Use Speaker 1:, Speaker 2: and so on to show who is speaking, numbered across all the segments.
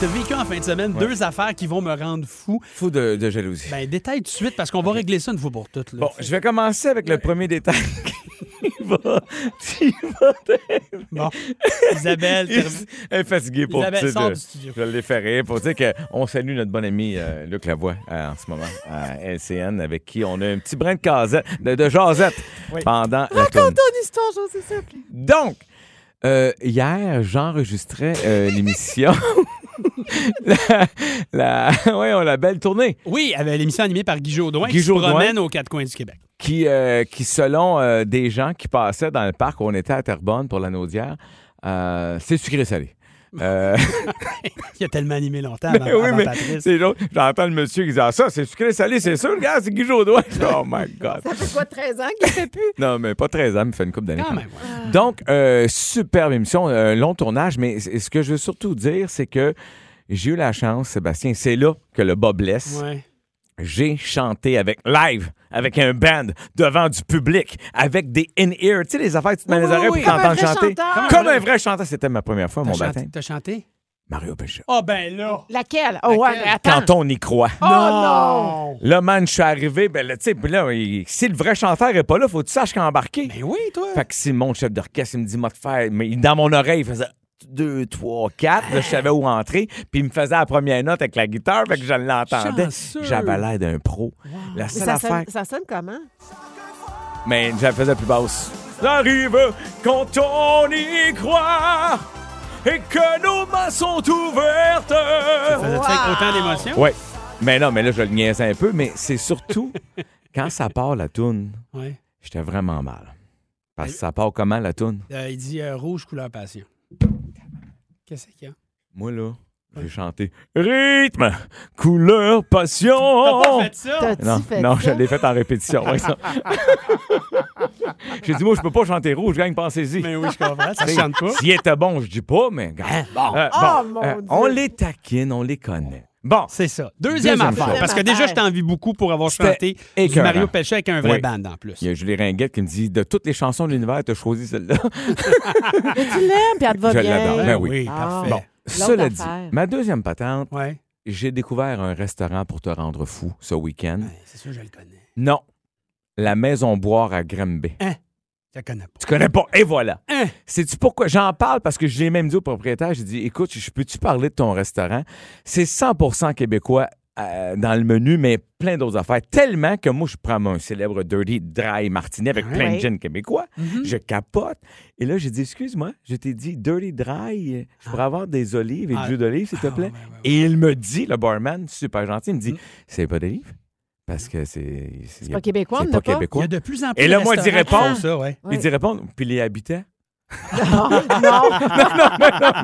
Speaker 1: T'as vécu en fin de semaine deux affaires qui vont me rendre fou.
Speaker 2: Fou de, de jalousie.
Speaker 1: Ben, détaille tout de suite parce qu'on va régler ça une fois pour toutes. là.
Speaker 2: bon, je vais commencer avec le premier détail. qui va- qui va t'aider.
Speaker 1: Bon. Isabelle, t'es rev-
Speaker 2: Elle est fatiguée pour
Speaker 1: Isabelle,
Speaker 2: tu sais,
Speaker 1: sors
Speaker 2: de-
Speaker 1: du studio.
Speaker 2: Je l'ai fait rire pour dire qu'on salue notre bon ami euh, Luc Lavoie euh, en ce moment à LCN avec qui on a un petit brin de casette, de, de jasette pendant la tournée.
Speaker 3: histoire, José, s'il te plaît.
Speaker 2: Donc, euh, hier, j'enregistrais euh, l'émission. la, la, voyons, la belle tournée
Speaker 1: Oui, avec l'émission animée par Guy Jodoin
Speaker 2: Guy
Speaker 1: qui se
Speaker 2: Jodoin.
Speaker 1: promène aux quatre coins du Québec.
Speaker 2: qui, euh, qui selon euh, des gens qui passaient dans le parc où on était à Terrebonne pour la Naudière, euh, c'est sucré-salé. Euh,
Speaker 1: Il a tellement animé longtemps
Speaker 2: Ben
Speaker 1: avant,
Speaker 2: oui,
Speaker 1: avant
Speaker 2: mais
Speaker 1: Patrice.
Speaker 2: c'est drôle. J'entends le monsieur qui dit Ah, ça, c'est sucré salé, c'est sûr, regarde, c'est Guy Jodoin. oh my God.
Speaker 3: Ça fait quoi, 13 ans qu'il fait plus?
Speaker 2: Non, mais pas 13 ans, mais fait une couple d'années.
Speaker 1: Quand
Speaker 2: quand
Speaker 1: même, ouais.
Speaker 2: même. Donc, euh, superbe émission, euh, un long tournage, mais c- ce que je veux surtout dire, c'est que j'ai eu la chance, Sébastien, c'est là que le bas blesse.
Speaker 1: Ouais.
Speaker 2: J'ai chanté avec live, avec un band, devant du public, avec des in-ear. Tu sais, les affaires, tu te mets les
Speaker 3: oui,
Speaker 2: oreilles
Speaker 3: oui.
Speaker 2: pour
Speaker 3: Comme un
Speaker 2: t'entendre
Speaker 3: vrai
Speaker 2: chanter.
Speaker 3: chanteur.
Speaker 2: Comme un vrai chanteur. C'était ma première fois,
Speaker 1: T'as
Speaker 2: mon
Speaker 1: chanté?
Speaker 2: baptême.
Speaker 1: T'as chanté?
Speaker 2: Mario Pécha.
Speaker 1: Ah, ben là!
Speaker 3: Laquelle? Oh, ouais, mais attends.
Speaker 2: Quand on y croit.
Speaker 3: Oh non!
Speaker 2: Là, man, je suis arrivé, ben là, tu sais, puis là, il- si le vrai chanteur est pas là, faut que tu saches qu'il a embarqué.
Speaker 1: Ben oui, toi!
Speaker 2: Fait que Simon, le chef d'orchestre, il me dit, moi, de faire. Mais il- dans mon oreille, il faisait 2, 3, 4. Là, je savais où entrer. Puis il me faisait la première note avec la guitare, fait que je l'entendais.
Speaker 1: Chanceux.
Speaker 2: J'avais l'air d'un pro. La
Speaker 3: Mais
Speaker 2: seule
Speaker 3: ça,
Speaker 2: affaire.
Speaker 3: sonne, ça sonne comment?
Speaker 2: Mais je la faisais plus basse. J'arrive quand on y croit et que nos mains sont ouvertes.
Speaker 1: Ça faisait ça avec autant d'émotion?
Speaker 2: Ouais. Mais non, mais là, je le niaisais un peu, mais c'est surtout quand ça part la toune,
Speaker 1: Ouais.
Speaker 2: j'étais vraiment mal. Parce que ça part comment la toune?
Speaker 1: Euh, il dit euh, rouge couleur passion. Qu'est-ce qu'il y a?
Speaker 2: Moi, là, j'ai chanté rythme, couleur, passion.
Speaker 1: ça!
Speaker 3: T'as-tu
Speaker 2: Non,
Speaker 3: fait
Speaker 2: non, je
Speaker 3: ça?
Speaker 2: l'ai fait en répétition. ouais, ça. j'ai dit, moi, je peux pas chanter rouge, gagne, pensez-y.
Speaker 1: Mais Ben oui, je comprends. Ça se chante pas. Ah,
Speaker 2: S'il était bon, je dis pas, mais gars, euh,
Speaker 3: Oh,
Speaker 2: bon,
Speaker 3: mon
Speaker 2: euh,
Speaker 3: Dieu.
Speaker 2: on les taquine, on les connaît. Bon,
Speaker 1: C'est ça. Deuxième,
Speaker 2: Deuxième
Speaker 1: affaire.
Speaker 2: chose.
Speaker 1: Parce que déjà, je t'envie beaucoup pour avoir
Speaker 2: C'était
Speaker 1: chanté du
Speaker 2: écœurant.
Speaker 1: Mario Péché avec un vrai
Speaker 2: Oui.
Speaker 1: band en plus.
Speaker 2: il y a Julie Ringuette qui me dit de toutes les chansons de l'univers, t'as choisi celle-là.
Speaker 3: Tu l'aimes, puis elle te va
Speaker 2: Je
Speaker 3: bien.
Speaker 2: l'adore. Ben oui.
Speaker 1: Hein?
Speaker 3: Ah.
Speaker 1: parfait.
Speaker 2: Bon, cela dit,
Speaker 3: affaire.
Speaker 2: ma deuxième patente,
Speaker 1: Ouais.
Speaker 2: j'ai découvert un restaurant pour te rendre fou ce week-end.
Speaker 1: Ouais, c'est sûr, je le connais.
Speaker 2: Non, la Maison Boire à Granby.
Speaker 1: Je le connais pas.
Speaker 2: Tu connais pas. Et voilà.
Speaker 1: Hein?
Speaker 2: Sais-tu pourquoi? J'en parle parce que j'ai même dit au propriétaire, j'ai dit, écoute, je peux-tu parler de ton restaurant? C'est 100 québécois euh, dans le menu, mais plein d'autres affaires. Tellement que moi, je prends mon célèbre Dirty Dry Martini avec
Speaker 1: Ah
Speaker 2: plein de
Speaker 3: Ouais.
Speaker 2: gin québécois.
Speaker 1: Mm-hmm.
Speaker 2: Je capote. Et là, j'ai dit, excuse-moi, je t'ai dit Dirty Dry, euh, je pourrais avoir des olives et
Speaker 1: Ah.
Speaker 2: du jus d'olive, s'il te
Speaker 1: Ah,
Speaker 2: plaît?
Speaker 1: ouais, Mm. ouais, ouais.
Speaker 2: Et il me dit, le barman, super gentil, il me dit, c'est pas d'olive? Parce que c'est... C'est
Speaker 3: pas québécois, on
Speaker 2: c'est
Speaker 3: en a pas?
Speaker 1: Il y
Speaker 2: québécois.
Speaker 1: a de plus en plus.
Speaker 2: Et là,
Speaker 1: de
Speaker 2: moi, d'y
Speaker 1: restaurants qui
Speaker 2: répondre.
Speaker 1: font ça, ouais.
Speaker 2: Il dit répondre, puis les habitants.
Speaker 3: Ah,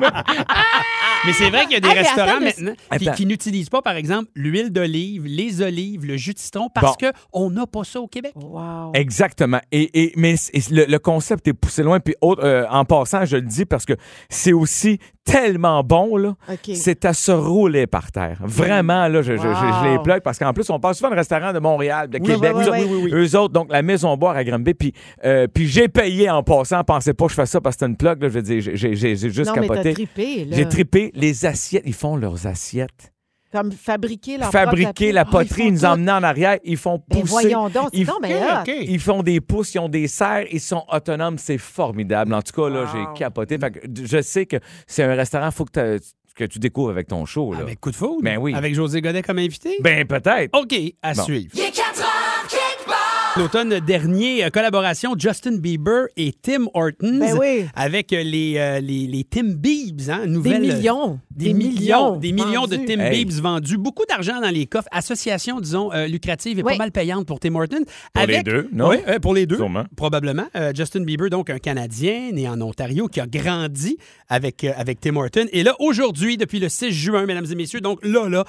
Speaker 1: Mais c'est vrai qu'il y a des
Speaker 3: Ah, mais
Speaker 1: restaurants
Speaker 3: attends, mais-
Speaker 1: maintenant qui,
Speaker 2: Attends.
Speaker 1: qui n'utilisent pas, par exemple, l'huile d'olive, les olives, le jus de citron, parce
Speaker 2: Bon.
Speaker 1: qu'on n'a pas ça au Québec.
Speaker 3: Wow.
Speaker 2: Exactement. Et, et- mais c- le, le concept est poussé loin. Puis autre, euh, en passant, je le dis parce que c'est aussi tellement bon là.
Speaker 3: OK.
Speaker 2: C'est à se rouler par terre. Vraiment, là, je, je- je- je les
Speaker 3: Wow.
Speaker 2: plug parce qu'en plus, on passe souvent de restaurants de Montréal, de
Speaker 3: Oui,
Speaker 2: Québec.
Speaker 3: oui,
Speaker 2: tout
Speaker 3: oui,
Speaker 2: ça.
Speaker 3: oui, oui, oui.
Speaker 2: Eux autres, donc la Maison Boire à Granby. Puis, euh, puis j'ai payé en passant. Pensez pas que je fais ça parce que c'est une plug. Là, je veux dire, j'ai- j'ai j'ai- j'ai juste
Speaker 3: Non, mais t'as
Speaker 2: capoté.
Speaker 3: trippé, là.
Speaker 2: J'ai trippé. Les assiettes, ils font leurs assiettes
Speaker 3: Comme fabriquer leur Ah, Oh,
Speaker 2: fabriquer la poterie, ils nous
Speaker 3: en
Speaker 2: emmener en arrière, ils font
Speaker 3: Ben
Speaker 2: pousser.
Speaker 3: voyons donc, c'est
Speaker 2: ils,
Speaker 3: donc bien hot.
Speaker 1: OK, OK.
Speaker 2: ils font des pousses, ils ont des serres, ils sont autonomes, c'est formidable. En tout cas, là, j'ai capoté. Fait que je sais que c'est un restaurant, faut que, t'a- que tu découvres avec ton show. Là.
Speaker 1: Avec Ah, coup de foudre.
Speaker 2: Ben oui.
Speaker 1: Avec José Godet comme invité.
Speaker 2: Ben peut-être.
Speaker 1: OK, à
Speaker 2: Bon.
Speaker 1: suivre.
Speaker 4: Les 4 heures kickball.
Speaker 1: L'automne dernier, euh, collaboration Justin Bieber et Tim Hortons
Speaker 3: Ben oui.
Speaker 1: avec euh, les, euh, les, les Tim Biebs, hein,
Speaker 3: Des
Speaker 1: nouvelle-
Speaker 3: millions.
Speaker 1: Des, millions, des millions de
Speaker 3: vendus.
Speaker 1: Tim
Speaker 2: Hey.
Speaker 1: Biebs vendus, beaucoup d'argent dans les coffres, association disons euh, lucrative et
Speaker 3: Oui.
Speaker 1: pas mal payante pour Tim Hortons.
Speaker 2: Pour les
Speaker 1: Avec-
Speaker 2: deux, non?
Speaker 1: Oui, euh, pour les deux,
Speaker 2: Sûrement.
Speaker 1: probablement. Euh, Justin Bieber, donc un Canadien né en Ontario qui a grandi avec euh, avec Tim Hortons. Et là aujourd'hui, depuis le 6 juin, mesdames et messieurs, donc là là.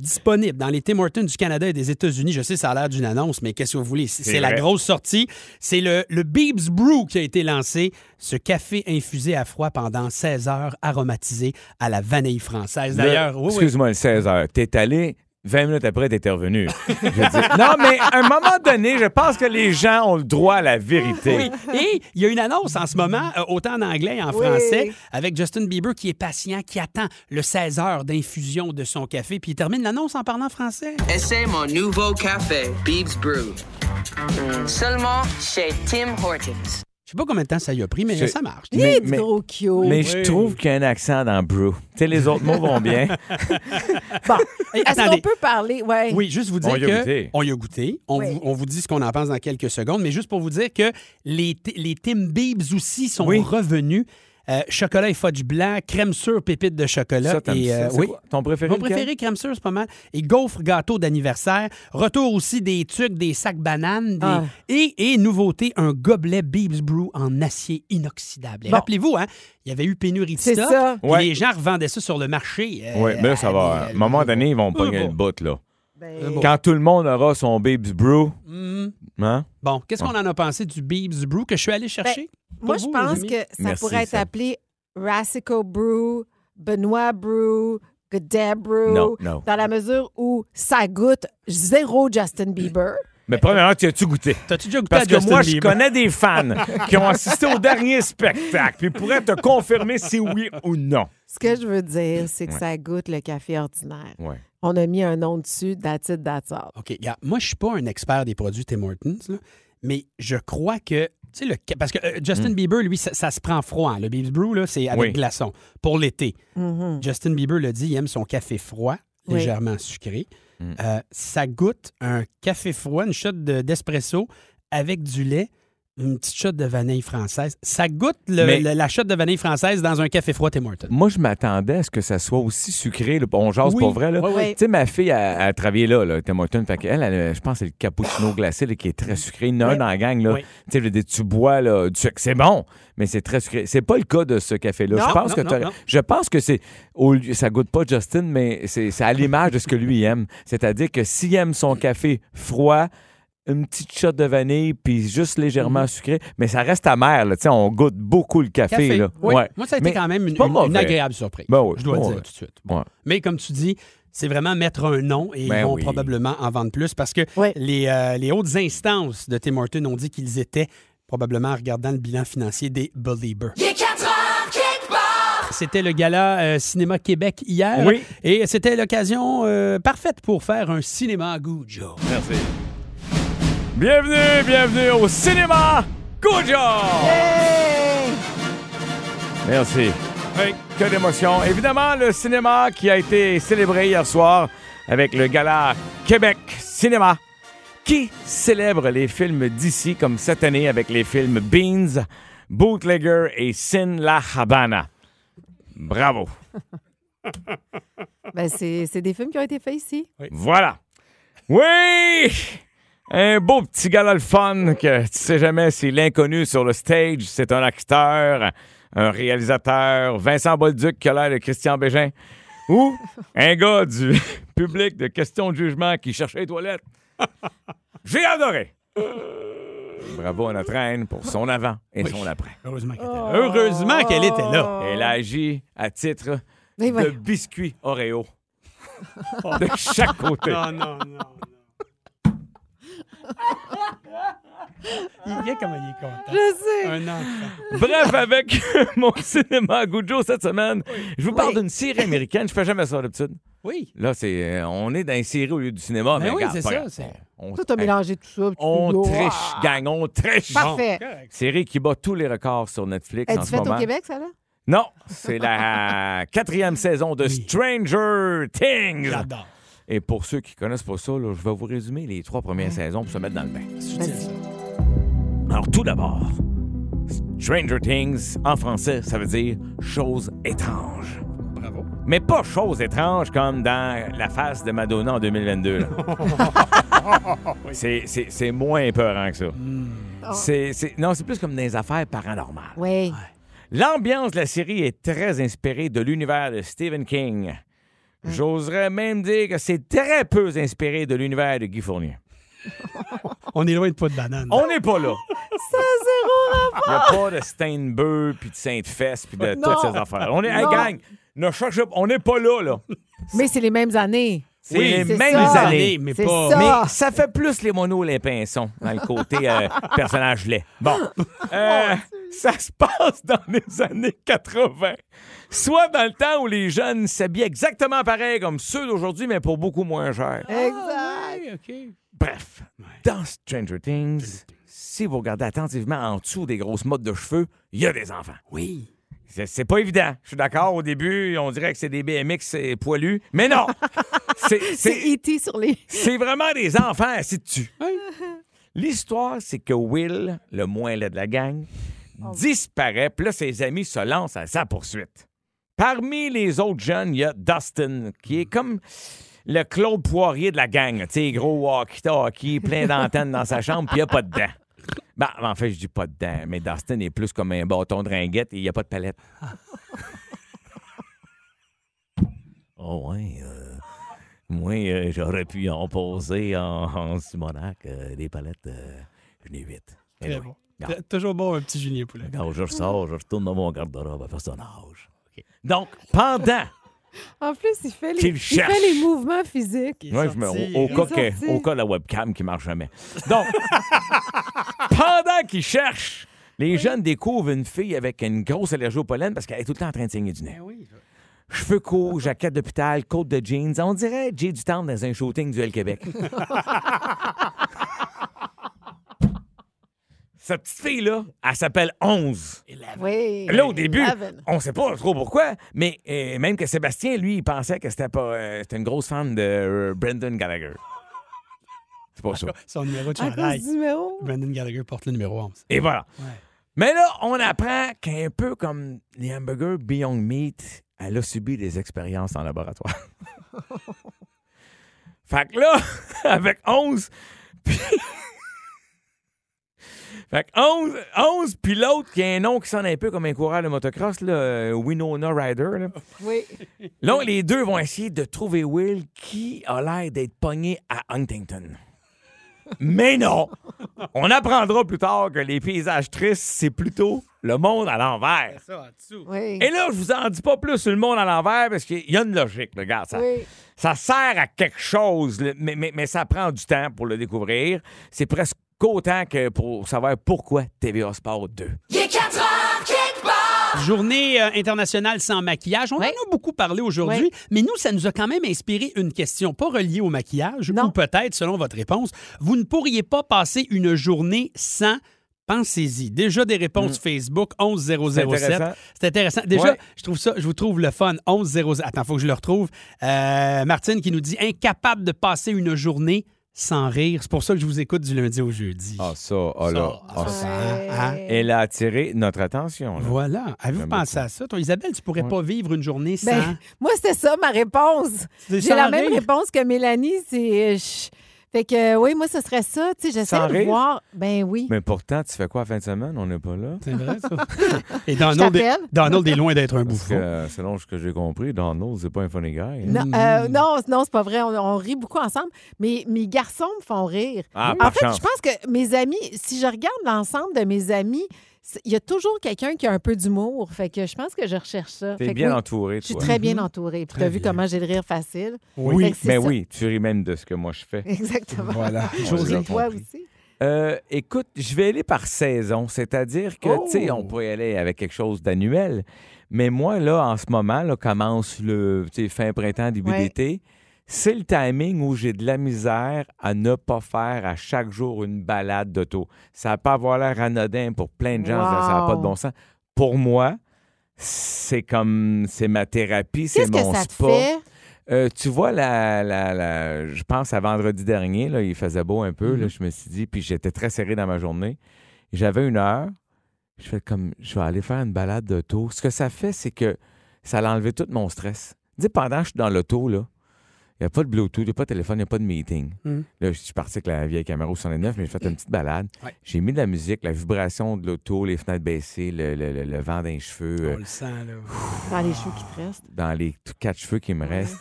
Speaker 1: Disponible dans les Tim Hortons du Canada et des États-Unis. Je sais, ça a l'air d'une annonce, mais qu'est-ce que vous voulez? C'est c'est la
Speaker 2: vrai.
Speaker 1: grosse sortie. C'est le, le Biebs Brew qui a été lancé. Ce café infusé à froid pendant 16 heures, aromatisé à la vanille française.
Speaker 2: Là,
Speaker 1: D'ailleurs, oui, oui.
Speaker 2: Excuse-moi, le 16 h T'es allé. 20 minutes après, t'étais revenu. Je veux dire, non, mais à un moment donné, je pense que les gens ont le droit à la vérité.
Speaker 1: Oui. Et il y a une annonce en ce moment, euh, autant en anglais et en français, avec Justin Bieber qui est patient, qui attend le 16 heures d'infusion de son café, puis il termine l'annonce en parlant français.
Speaker 4: Essaie mon nouveau café, Beebs Brew. Seulement chez Tim Hortons.
Speaker 1: Je sais pas combien de temps ça y a pris, mais
Speaker 2: C'est-
Speaker 1: ça marche.
Speaker 3: Il est
Speaker 2: Mais-
Speaker 3: trop cute.
Speaker 2: Mais je
Speaker 1: Oui.
Speaker 2: trouve qu'il y a un accent dans Brew. Tu sais, les autres mots vont bien.
Speaker 3: Bon.
Speaker 1: Hey,
Speaker 3: Est-ce qu'on
Speaker 1: attendez.
Speaker 3: peut parler? Ouais.
Speaker 1: Oui, juste vous dire
Speaker 2: On y a
Speaker 1: que
Speaker 2: goûté.
Speaker 1: on y a goûté. On,
Speaker 3: Oui.
Speaker 1: vous, on vous dit ce qu'on en pense dans quelques secondes, mais juste pour vous dire que les, t- les Tim Biebs aussi sont
Speaker 2: Oui.
Speaker 1: revenus. Euh, chocolat et fudge blanc, crème sûre, pépite de chocolat.
Speaker 2: Ça, t'aimes
Speaker 1: et,
Speaker 2: ça?
Speaker 1: euh,
Speaker 2: C'est
Speaker 1: oui.
Speaker 2: quoi? Ton préféré,
Speaker 1: Mon
Speaker 2: lequel?
Speaker 1: préféré, crème sûre, c'est pas mal. Et gaufre gâteau d'anniversaire. Retour aussi des tucs, des sacs bananes. des-
Speaker 3: Ah.
Speaker 1: Et, et nouveauté, un gobelet Biebs Brew en acier inoxydable. Et
Speaker 3: Bon.
Speaker 1: Rappelez-vous, hein, il y avait eu pénurie de
Speaker 3: C'est
Speaker 1: stock.
Speaker 3: ça.
Speaker 1: et
Speaker 2: Ouais.
Speaker 1: Les gens revendaient ça sur le marché. euh,
Speaker 2: oui, mais là, ça va. hein.
Speaker 1: à
Speaker 2: À
Speaker 1: des-
Speaker 2: un moment donné, ils vont pogner
Speaker 1: bon.
Speaker 2: le bout, là.
Speaker 3: Ben,
Speaker 1: Bon.
Speaker 2: Quand tout le monde aura son Babe's Brew,
Speaker 1: Hmm.
Speaker 2: hein?
Speaker 1: Bon, qu'est-ce qu'on en a pensé du Biebs Brew que je suis allé chercher?
Speaker 3: Moi,
Speaker 1: Pour
Speaker 3: je
Speaker 1: vous,
Speaker 3: pense
Speaker 1: les amis?
Speaker 3: que ça
Speaker 2: Merci,
Speaker 3: pourrait être
Speaker 2: Sam.
Speaker 3: appelé Rassico Brew, Benoit Brew, Godet Brew.
Speaker 2: Non, non.
Speaker 3: Dans la mesure où ça goûte zéro Justin Bieber.
Speaker 2: Mais premièrement, tu as-tu goûté?
Speaker 1: T'as-tu déjà goûté
Speaker 2: Parce
Speaker 1: à
Speaker 2: que
Speaker 1: Justin
Speaker 2: moi, je
Speaker 1: Bieber?
Speaker 2: connais des fans qui ont assisté au dernier spectacle, puis pourraient te confirmer si oui ou non.
Speaker 3: Ce que je veux dire, c'est que ça goûte le café ordinaire.
Speaker 2: Ouais.
Speaker 3: On a mis un nom dessus, that's it, that's all.
Speaker 1: OK, regarde, moi, je suis pas un expert des produits Tim Hortons, là, mais je crois que. Tu sais, le, ca- parce que euh, Justin Bieber, lui, ça, ça se prend froid. hein. Le Biebs Brew, là, c'est avec
Speaker 2: Mm. Oui.
Speaker 1: glaçon pour l'été. Justin Bieber le dit, il aime son café froid,
Speaker 3: Oui.
Speaker 1: légèrement sucré.
Speaker 2: Mm.
Speaker 1: Euh, ça goûte un café froid, une shot de- d'espresso avec du lait, une petite shot de vanille française. Ça goûte le-
Speaker 2: Mais-
Speaker 1: le- la shot de vanille française dans un café froid Tim Hortons.
Speaker 2: Moi, je m'attendais à ce que ça soit aussi sucré. là. On jase
Speaker 1: Oui.
Speaker 2: pour vrai. là.
Speaker 1: Oui,
Speaker 3: oui.
Speaker 2: Tu sais, ma fille a, a travaillé là, là, Tim Hortons. Fait qu'elle, elle, euh, je pense que c'est le cappuccino glacé là, qui est très sucré. Il y en a un dans la gang. Là.
Speaker 1: Oui.
Speaker 2: Tu sais, je veux dire, tu bois là, du sucre. C'est bon, mais c'est très sucré. C'est pas le cas de ce café-là.
Speaker 1: Non,
Speaker 2: Je pense
Speaker 1: non,
Speaker 2: que
Speaker 1: non,
Speaker 2: t'aurais-
Speaker 1: non.
Speaker 2: Je pense que c'est. Au, lieu- ça goûte pas Justin, mais c'est c'est à l'image de ce que lui aime. C'est-à-dire que s'il aime son café froid, une petite shot de vanille, puis juste
Speaker 1: Mhm.
Speaker 2: légèrement sucré, mais ça reste amer. Là. Tu sais, on goûte beaucoup le café.
Speaker 1: Café,
Speaker 2: là.
Speaker 1: oui.
Speaker 2: Ouais.
Speaker 1: Moi, ça a été
Speaker 2: Mais
Speaker 1: quand même une,
Speaker 2: c'est pas
Speaker 1: une- une
Speaker 2: mauvais.
Speaker 1: agréable surprise.
Speaker 2: Ben oui,
Speaker 1: je dois le
Speaker 2: bon,
Speaker 1: dire
Speaker 2: ouais.
Speaker 1: tout de suite. Bon.
Speaker 2: Ouais.
Speaker 1: Mais comme tu dis, c'est vraiment mettre un nom et ils
Speaker 2: Ben
Speaker 1: vont
Speaker 2: oui.
Speaker 1: probablement en vendre plus parce que
Speaker 3: Ouais.
Speaker 1: les, euh, les hautes instances de Tim Hortons ont dit qu'ils étaient probablement en regardant le bilan financier des Beliebers. C'était le gala euh, Cinéma Québec hier
Speaker 2: Oui.
Speaker 1: et c'était l'occasion euh, parfaite pour faire un cinéma à goût, Joe.
Speaker 2: Bienvenue, bienvenue au cinéma Gojo! Merci. Que d'émotion. Évidemment, le cinéma qui a été célébré hier soir avec le gala Québec Cinéma qui célèbre les films d'ici comme cette année avec les films Beans, Bootlegger et Sin La Habana. Bravo.
Speaker 3: Ben, c'est c'est des films qui ont été faits ici.
Speaker 2: Voilà. Oui! Un beau petit gala le fun que tu sais jamais si l'inconnu sur le stage, c'est un acteur, un réalisateur, Vincent Bolduc qui a l'air de Christian Bégin, ou un gars du public de questions de jugement qui cherchait les toilettes. J'ai adoré! Bravo à notre reine pour son avant et son après.
Speaker 1: Heureusement qu'elle était
Speaker 2: Oh.
Speaker 1: là. Heureusement qu'elle était là.
Speaker 2: Elle a agi à titre
Speaker 3: Mais Ben,
Speaker 2: de
Speaker 3: voyons.
Speaker 2: biscuit Oreo. De chaque côté.
Speaker 1: non, non. il est comme il est content.
Speaker 3: Je sais.
Speaker 1: Un enfant.
Speaker 2: Bref, avec mon cinéma à Goudjo cette semaine, je vous parle d'une série américaine. Je fais jamais ça d'habitude.
Speaker 1: Oui.
Speaker 2: Là, c'est, euh, on est dans une série au lieu du cinéma.
Speaker 1: Ben
Speaker 2: Mais
Speaker 1: oui,
Speaker 2: regarde,
Speaker 1: c'est
Speaker 2: pas
Speaker 1: ça,
Speaker 2: grave.
Speaker 1: c'est-
Speaker 2: On,
Speaker 3: Toi, t'as mélangé tout ça. puis tu-
Speaker 2: on
Speaker 3: Oh,
Speaker 2: triche,
Speaker 3: ah.
Speaker 2: gang, on triche.
Speaker 3: Parfait.
Speaker 2: Série qui bat tous les records sur Netflix en
Speaker 3: Est-ce
Speaker 2: ce
Speaker 3: faite
Speaker 2: moment.
Speaker 3: au Québec, ça, là?
Speaker 2: Non, c'est la quatrième saison de Stranger Things.
Speaker 1: J'adore.
Speaker 2: Et pour ceux qui connaissent pas ça, là, je vais vous résumer les trois premières saisons pour se mettre dans le bain. Alors, tout d'abord, Stranger Things, en français, ça veut dire chose étrange.
Speaker 1: Bravo.
Speaker 2: Mais pas chose étrange comme dans la face de Madonna en 2022. là. c'est, c'est, c'est moins épeurant que ça. C'est, c'est- non, c'est plus comme des affaires paranormales.
Speaker 3: Oui.
Speaker 2: L'ambiance de la série est très inspirée de l'univers de Stephen King.
Speaker 3: Hmm.
Speaker 2: J'oserais même dire que c'est très peu inspiré de l'univers de Guy Fournier.
Speaker 1: On est loin de pas de banane.
Speaker 2: On n'est pas là.
Speaker 3: Ça zéro rapport.
Speaker 2: Il n'y a pas de Steinbeu, puis de Sainte-Fesse, puis de
Speaker 3: Non.
Speaker 2: toutes ces affaires. On est, hey,
Speaker 3: Non.
Speaker 2: gang, ne cherche- on n'est pas là, là.
Speaker 3: Mais c'est les mêmes années.
Speaker 2: C'est
Speaker 1: Oui,
Speaker 2: les
Speaker 3: c'est
Speaker 2: mêmes
Speaker 3: ça.
Speaker 2: années.
Speaker 1: mais
Speaker 3: C'est
Speaker 1: pas.
Speaker 3: ça.
Speaker 2: Mais ça fait plus les monos les pinsons dans le côté euh, personnage laid. Bon. Euh,
Speaker 3: Oh,
Speaker 2: ça se passe dans les années 80. Soit dans le temps où les jeunes s'habillaient exactement pareil comme ceux d'aujourd'hui, mais pour beaucoup moins cher.
Speaker 3: Exact.
Speaker 1: Oui, OK.
Speaker 2: Bref, dans Stranger Things, si vous regardez attentivement en dessous des grosses mottes de cheveux, il y a des enfants.
Speaker 1: Oui.
Speaker 2: C'est- C'est pas évident. Je suis d'accord. Au début, on dirait que c'est des BMX et poilus. Mais non! C'est-
Speaker 3: C'est E.T. E sur les.
Speaker 2: c'est vraiment des enfants assis dessus.
Speaker 1: Oui.
Speaker 2: L'histoire, c'est que Will, le moins laid de la gang, Oh. disparaît, puis là, ses amis se lancent à sa poursuite. Parmi les autres jeunes, il y a Dustin, qui est comme le Claude Poirier de la gang. Tu sais, gros walkie-talkie, plein d'antennes dans sa chambre, puis il n'y a pas de dents. Ben, en fait, je dis pas de dents, mais Dustin est plus comme un bâton de ringuette et il n'y a pas de palette. oh, ouais. euh, moi, euh, j'aurais pu en poser en, en Simonac euh, des palettes. euh, J'en ai huit.
Speaker 1: Très
Speaker 2: Anyway.
Speaker 1: Eh bon.
Speaker 2: Non.
Speaker 1: T'as- Toujours bon, un petit Julien Poulet.
Speaker 2: Quand je ressors, je retourne dans mon garde-robe à faire son âge. Donc, pendant.
Speaker 3: En plus, il fait les,
Speaker 2: Qu'il
Speaker 3: il
Speaker 2: cherche.
Speaker 3: fait les mouvements physiques.
Speaker 2: Ouais, je me- au, au
Speaker 3: Il est
Speaker 2: cas que-
Speaker 3: sorti.
Speaker 2: au cas de la webcam qui marche jamais. Donc, pendant qu'ils cherchent, les jeunes découvrent une fille avec une grosse allergie au pollen parce qu'elle est tout le temps en train de saigner du
Speaker 3: Ben
Speaker 2: nez. Cheveux courts, jaquette d'hôpital, côte de jeans. On dirait Jay du temps dans un shooting du L-Québec. Cette petite fille-là, elle s'appelle 11.
Speaker 3: Oui.
Speaker 2: Là, au début,
Speaker 3: Eleven.
Speaker 2: on sait pas trop pourquoi, mais euh, même que Sébastien, lui, il pensait que c'était pas euh, c'était une grosse fan de euh, Brendan Gallagher. C'est pas ça.
Speaker 1: Son numéro de
Speaker 3: À cause
Speaker 1: chandail.
Speaker 3: du numéro.
Speaker 1: Brandon Gallagher porte le numéro 11.
Speaker 2: Et voilà.
Speaker 1: Ouais.
Speaker 2: Mais là, on apprend qu'un peu comme les hamburgers Beyond Meat, elle a subi des expériences en laboratoire. fait que là, avec 11, puis... Fait que 11, 11 puis l'autre qui a un nom qui sonne un peu comme un coureur de motocross, là, euh, Winona Ryder. Là.
Speaker 3: Oui.
Speaker 2: Là, les deux vont essayer de trouver Will qui a l'air d'être pogné à Huntington. Mais non! On apprendra plus tard que les paysages tristes, c'est plutôt le monde à l'envers.
Speaker 1: Ça, en dessous.
Speaker 3: Oui.
Speaker 2: Et là, je vous en dis pas plus sur le monde à l'envers parce qu'il y a une logique, le gars. Ça,
Speaker 3: Oui.
Speaker 2: ça sert à quelque chose, le- mais, mais- mais ça prend du temps pour le découvrir. C'est presque autant que pour savoir pourquoi TVA Sport 2.
Speaker 1: Journée euh, internationale sans maquillage. On en a beaucoup parlé aujourd'hui,
Speaker 3: Ouais.
Speaker 1: mais nous, ça nous a quand même inspiré une question, pas reliée au maquillage,
Speaker 3: Non.
Speaker 1: ou peut-être, selon votre réponse, vous ne pourriez pas passer une journée sans. Pensez-y. Déjà des réponses Facebook 11007.
Speaker 2: intéressant.
Speaker 1: C'est intéressant. Déjà,
Speaker 2: Ouais.
Speaker 1: je trouve ça, je vous trouve le fun 11007. Attends, faut que je le retrouve. Euh, Martine qui nous dit incapable de passer une journée sans rire. C'est pour ça que je vous écoute du lundi au jeudi.
Speaker 2: Ah, ça,
Speaker 1: Ça, ah, ça,
Speaker 2: hein,
Speaker 1: ah, ah.
Speaker 2: Elle a attiré notre attention.
Speaker 1: Voilà. Avez-vous
Speaker 2: J'aime
Speaker 1: pensé à ça? Toi, Isabelle, tu pourrais pas vivre une journée sans.
Speaker 3: Ben, moi, c'était ça ma réponse.
Speaker 1: C'est
Speaker 3: J'ai
Speaker 1: sans
Speaker 3: la même
Speaker 1: rire.
Speaker 3: réponse que Mélanie. C'est. euh, je- Fait que, euh, oui, moi, ce serait ça. Tu sais, j'essaie
Speaker 2: Sans
Speaker 3: de
Speaker 2: rire?
Speaker 3: voir. Ben oui.
Speaker 2: Mais pourtant, tu fais quoi la fin de semaine? On n'est pas là.
Speaker 1: C'est vrai, ça. Et Donald,
Speaker 3: Je
Speaker 1: est,
Speaker 3: t'appelle.
Speaker 1: Donald est loin d'être un
Speaker 2: Parce
Speaker 1: bouffon.
Speaker 2: que, euh, selon ce que j'ai compris, Donald, c'est pas un funny guy. hein?
Speaker 3: Non, euh, non, non, c'est pas vrai. On, on rit beaucoup ensemble. Mais mes garçons me font rire.
Speaker 2: Ah,
Speaker 3: en
Speaker 2: par
Speaker 3: fait,
Speaker 2: chance.
Speaker 3: je pense que mes amis, si je regarde l'ensemble de mes amis, c'est- il y a toujours quelqu'un qui a un peu d'humour. Fait que je pense que je recherche ça.
Speaker 2: T'es
Speaker 3: Fait que
Speaker 2: bien
Speaker 3: oui,
Speaker 2: entouré,
Speaker 3: Je suis
Speaker 2: toi.
Speaker 3: très bien entourée. Puis
Speaker 1: Mhm. Très
Speaker 3: t'as vu
Speaker 1: bien.
Speaker 3: comment j'ai le rire facile. Fait
Speaker 2: Oui,
Speaker 3: que c'est
Speaker 2: mais
Speaker 3: ça.
Speaker 2: Ben oui, tu ris même de ce que moi je fais.
Speaker 3: Exactement.
Speaker 1: Voilà.
Speaker 2: José,
Speaker 3: Et toi aussi.
Speaker 2: Euh, écoute, je vais aller par saison, c'est-à-dire que,
Speaker 1: Oh!
Speaker 2: tu sais, on pourrait aller avec quelque chose d'annuel, mais moi, là, en ce moment, là, commence le tu sais, fin printemps, début
Speaker 3: Ouais.
Speaker 2: d'été, c'est le timing où j'ai de la misère à ne pas faire à chaque jour une balade d'auto. Ça n'a pas avoir l'air anodin pour plein de gens, ça- ça n'a pas de
Speaker 3: Wow.
Speaker 2: bon sens. Pour moi, c'est comme, c'est ma thérapie, c'est
Speaker 3: Qu'est-ce que
Speaker 2: mon
Speaker 3: ça te
Speaker 2: spa.
Speaker 3: fait?
Speaker 2: Euh, tu vois, la, la, la- je pense à vendredi dernier, là, il faisait beau un peu. là,
Speaker 1: Mhm.
Speaker 2: je me suis dit, puis j'étais très serré dans ma journée. J'avais une heure. Je fais comme, je vais aller faire une balade d'auto. Ce que ça fait, c'est que ça a enlevé tout mon stress. Tu sais, pendant que je suis dans l'auto, là, il n'y a pas de Bluetooth, il n'y a pas de téléphone, il n'y a pas de meeting.
Speaker 1: Mhm.
Speaker 2: Là, je suis parti avec la vieille caméra au 109, mais j'ai fait une petite balade.
Speaker 1: Ouais.
Speaker 2: J'ai mis de la musique, la vibration de l'auto, les fenêtres baissées, le, le- le- le vent dans les cheveux. euh,
Speaker 1: On le sent, là.
Speaker 3: Dans les choux qui te restent.
Speaker 2: dans les t- quatre cheveux qui me restent.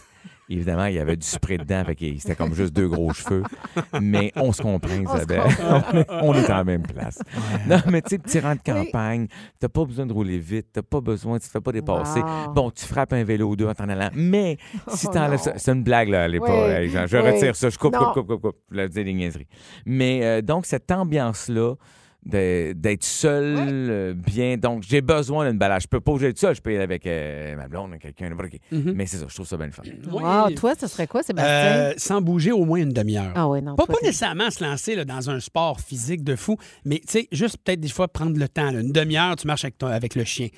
Speaker 2: Évidemment, il y avait du spray dedans, fait que c'était comme juste deux gros cheveux. Mais on se comprend,
Speaker 3: On se
Speaker 2: Isabelle. on, est, on est en même place. Non, mais tu sais, petit rang de campagne, t'as pas besoin de rouler vite, t'as pas besoin, tu te fais pas dépasser.
Speaker 3: Wow.
Speaker 2: Bon, tu frappes un vélo ou deux en t'en allant, mais si
Speaker 3: Oh
Speaker 2: t'enlèves
Speaker 3: non.
Speaker 2: ça, c'est une blague, là, à l'époque.
Speaker 3: Oui,
Speaker 2: hey, Jean, je
Speaker 3: oui.
Speaker 2: retire ça, je coupe,
Speaker 3: Non.
Speaker 2: coupe, coupe, coupe, coupe. Je voulais dire des niaiseries. Mais euh, donc, cette ambiance-là, de- d'être seul, euh, bien. Donc, j'ai besoin d'une balade. Je peux pas bouger tout seul. Je peux y aller avec euh, ma blonde, quelqu'un. n'importe qui. Mais c'est ça, je trouve ça bien le fun.
Speaker 1: Oui.
Speaker 3: Mm-hmm. Wow, toi, ce serait quoi, Sébastien?
Speaker 1: Euh, sans bouger au moins une demi-heure.
Speaker 3: ah ouais, non.
Speaker 1: Pas,
Speaker 3: toi,
Speaker 1: pas
Speaker 3: t'es-
Speaker 1: nécessairement se lancer là, dans un sport physique de fou, mais tu sais, juste peut-être des fois prendre le temps. là. Une demi-heure, tu marches avec, ton- avec le chien.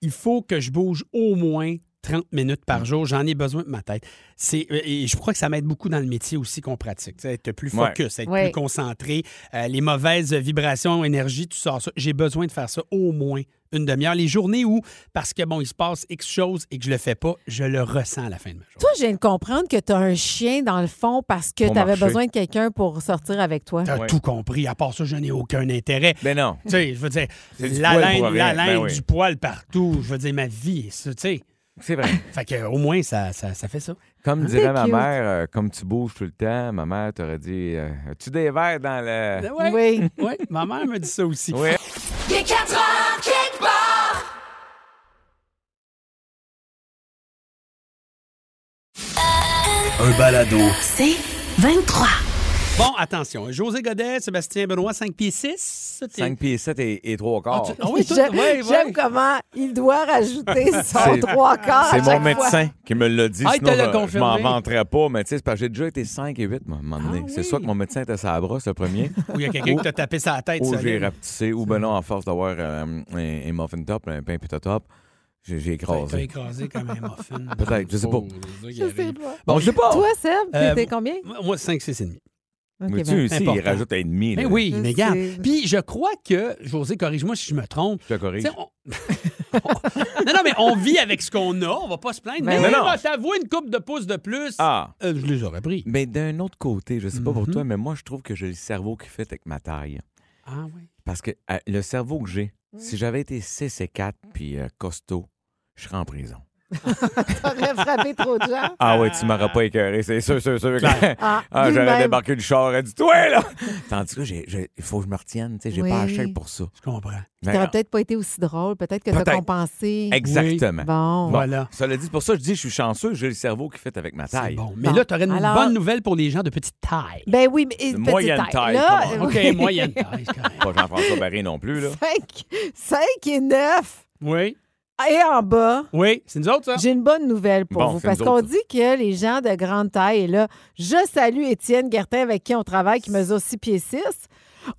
Speaker 1: Il faut que je bouge au moins 30 minutes par jour. J'en ai besoin de ma tête. C'est, euh, et je crois que ça m'aide beaucoup dans le métier aussi qu'on pratique. Tu sais, Être plus
Speaker 2: Ouais.
Speaker 1: focus, être
Speaker 3: Ouais.
Speaker 1: plus concentré. euh, les mauvaises vibrations, énergie, tout ça. ça. J'ai besoin de faire ça au moins une demi-heure. Les journées où, parce que bon, il se passe X choses et que je le fais pas, je le ressens à la fin de ma journée.
Speaker 3: Toi, je viens de comprendre que tu as un chien dans le fond parce que
Speaker 2: Pour
Speaker 3: tu avais
Speaker 2: marcher.
Speaker 3: besoin de quelqu'un pour sortir avec toi.
Speaker 1: T'as
Speaker 2: Ouais.
Speaker 1: tout compris. À part ça, je n'ai aucun intérêt.
Speaker 2: Mais Ben non.
Speaker 1: Tu sais, je veux dire,
Speaker 2: C'est du
Speaker 1: la
Speaker 2: poil
Speaker 1: laine, la
Speaker 2: pour rien, ben
Speaker 1: laine,
Speaker 2: oui.
Speaker 1: du poil partout. Je veux dire, ma vie, ça, tu sais.
Speaker 2: C'est vrai.
Speaker 1: Fait que, au moins, ça, ça, ça fait ça.
Speaker 2: Comme dirait ma
Speaker 3: cute.
Speaker 2: mère, euh, comme tu bouges tout le temps, ma mère t'aurait dit euh, As-tu des verres dans
Speaker 3: Ah,
Speaker 2: le.
Speaker 1: Ouais,
Speaker 3: Oui.
Speaker 1: ouais, ma mère me dit ça aussi.
Speaker 2: Ouais.
Speaker 5: Un balado.
Speaker 6: C'est 23.
Speaker 1: Bon, attention. José Godet, Sébastien Benoît, 5 pieds 6.
Speaker 2: 5 pieds 7 et, et 3
Speaker 1: Ah,
Speaker 2: quarts.
Speaker 1: tu- ah oui, toi,
Speaker 3: J'aime
Speaker 1: ouais, ouais.
Speaker 3: j'aime comment il doit rajouter son
Speaker 2: C'est-
Speaker 3: trois quarts. à
Speaker 2: C'est mon
Speaker 3: chaque fois.
Speaker 2: médecin qui me l'a dit,
Speaker 1: Ah, il te
Speaker 2: sinon
Speaker 1: l'a
Speaker 2: je- je,
Speaker 1: confirmé.
Speaker 2: m'en vanterais pas. Mais tu sais, c'est parce que j'ai déjà été 5 et 8, moi, à un moment donné.
Speaker 1: Ah
Speaker 2: C'est
Speaker 1: oui.
Speaker 2: soit que mon médecin était sa brosse, le premier,
Speaker 1: Ou il y a quelqu'un qui t'a tapé sa tête.
Speaker 2: ou
Speaker 1: solide.
Speaker 2: j'ai rapetissé, ou ben non, à force d'avoir euh, un, un muffin top, un pain pita top, j'ai j'ai
Speaker 1: T'as t'as
Speaker 2: écrasé.
Speaker 1: écrasé comme un muffin.
Speaker 2: Peut-être, je sais pas.
Speaker 1: Oh, c'est ça qui
Speaker 3: Je sais
Speaker 1: arrive.
Speaker 3: pas.
Speaker 2: Bon, je sais pas.
Speaker 3: Toi, Seb,
Speaker 1: Euh,
Speaker 3: t'étais combien? OK,
Speaker 1: Moi, 5, 6 et demi.
Speaker 2: Mais
Speaker 3: ben,
Speaker 2: tu aussi, il
Speaker 1: important.
Speaker 2: rajoute un demi.
Speaker 1: Mais
Speaker 2: là.
Speaker 1: oui,
Speaker 3: Je
Speaker 1: mais regarde.
Speaker 3: sais.
Speaker 1: Puis je crois que, José, corrige-moi si je me trompe.
Speaker 2: Je te corrige.
Speaker 1: Tu sais, on- non, non, mais on vit avec ce qu'on a, on va pas se plaindre.
Speaker 3: Ben
Speaker 1: mais
Speaker 2: non.
Speaker 1: on va t'avouer une coupe de pouces de plus.
Speaker 2: Ah!
Speaker 1: Euh, je les aurais pris.
Speaker 2: Mais d'un autre côté, je sais pas
Speaker 1: Mm-hmm.
Speaker 2: pour toi, mais moi, je trouve que j'ai le cerveau qui fait avec ma taille.
Speaker 1: Ah oui.
Speaker 2: Parce que euh, le cerveau que j'ai,
Speaker 1: Mm.
Speaker 2: si j'avais été 6 et 4 puis euh, costaud, je serais en prison.
Speaker 3: T'aurais frappé trop de gens.
Speaker 2: Ah ouais, tu m'auras pas écœuré, c'est sûr, sûr, sûr.
Speaker 3: Ah,
Speaker 2: Ah,
Speaker 3: lui
Speaker 2: j'aurais
Speaker 3: même.
Speaker 2: débarqué du char et dit Toi, là! Tandis que j'ai- j'ai- il faut que je me retienne, tu sais, j'ai
Speaker 3: Oui.
Speaker 2: pas la shape pour ça.
Speaker 1: Je comprends.
Speaker 2: Mais-
Speaker 3: T'aurais peut-être pas été aussi drôle. Peut-être que t'as
Speaker 2: Peut-être.
Speaker 3: compensé.
Speaker 2: Exactement.
Speaker 3: Bon.
Speaker 1: Voilà.
Speaker 2: Ça le dit, c'est pour ça que je dis je suis chanceux, j'ai le cerveau qui fait avec ma
Speaker 1: C'est
Speaker 2: taille.
Speaker 1: bon. Mais
Speaker 3: Bon.
Speaker 1: là, tu aurais une
Speaker 3: Alors-
Speaker 1: bonne nouvelle pour les gens de petite taille. Ah,
Speaker 3: Ben oui, mais et petite
Speaker 2: Moyenne taille,
Speaker 3: Là,
Speaker 2: come
Speaker 1: OK,
Speaker 3: oui.
Speaker 1: moyenne taille, c'est correct.
Speaker 2: Pas Jean-François Barry non plus, là.
Speaker 3: Cinq- cinq et neuf
Speaker 1: Oui,
Speaker 3: et en bas.
Speaker 1: oui, c'est nous autres, ça.
Speaker 3: J'ai une bonne nouvelle pour
Speaker 2: Bon,
Speaker 3: vous.
Speaker 2: c'est
Speaker 3: Parce
Speaker 2: nous
Speaker 3: qu'on
Speaker 2: autres.
Speaker 3: dit que les gens de grande taille, et là, je salue Étienne Guertin avec qui on travaille, qui mesure 6 pieds 6.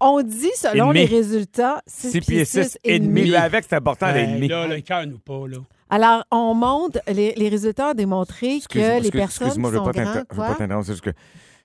Speaker 3: On dit, selon
Speaker 2: Et
Speaker 3: les
Speaker 2: demi.
Speaker 3: résultats, 6,
Speaker 2: 6 pieds 6 et demi. Lui, avec, c'est important, les
Speaker 1: Ben,
Speaker 2: demi.
Speaker 1: là, le cœur nous pas, là.
Speaker 3: Alors, on monte, les, les résultats ont démontré que les personnes
Speaker 2: Excuse-moi,
Speaker 3: qui
Speaker 2: je
Speaker 3: sont
Speaker 2: veux pas t'inter-
Speaker 3: grandes,
Speaker 2: je veux pas
Speaker 3: quoi?
Speaker 2: t'interrompre. C'est juste que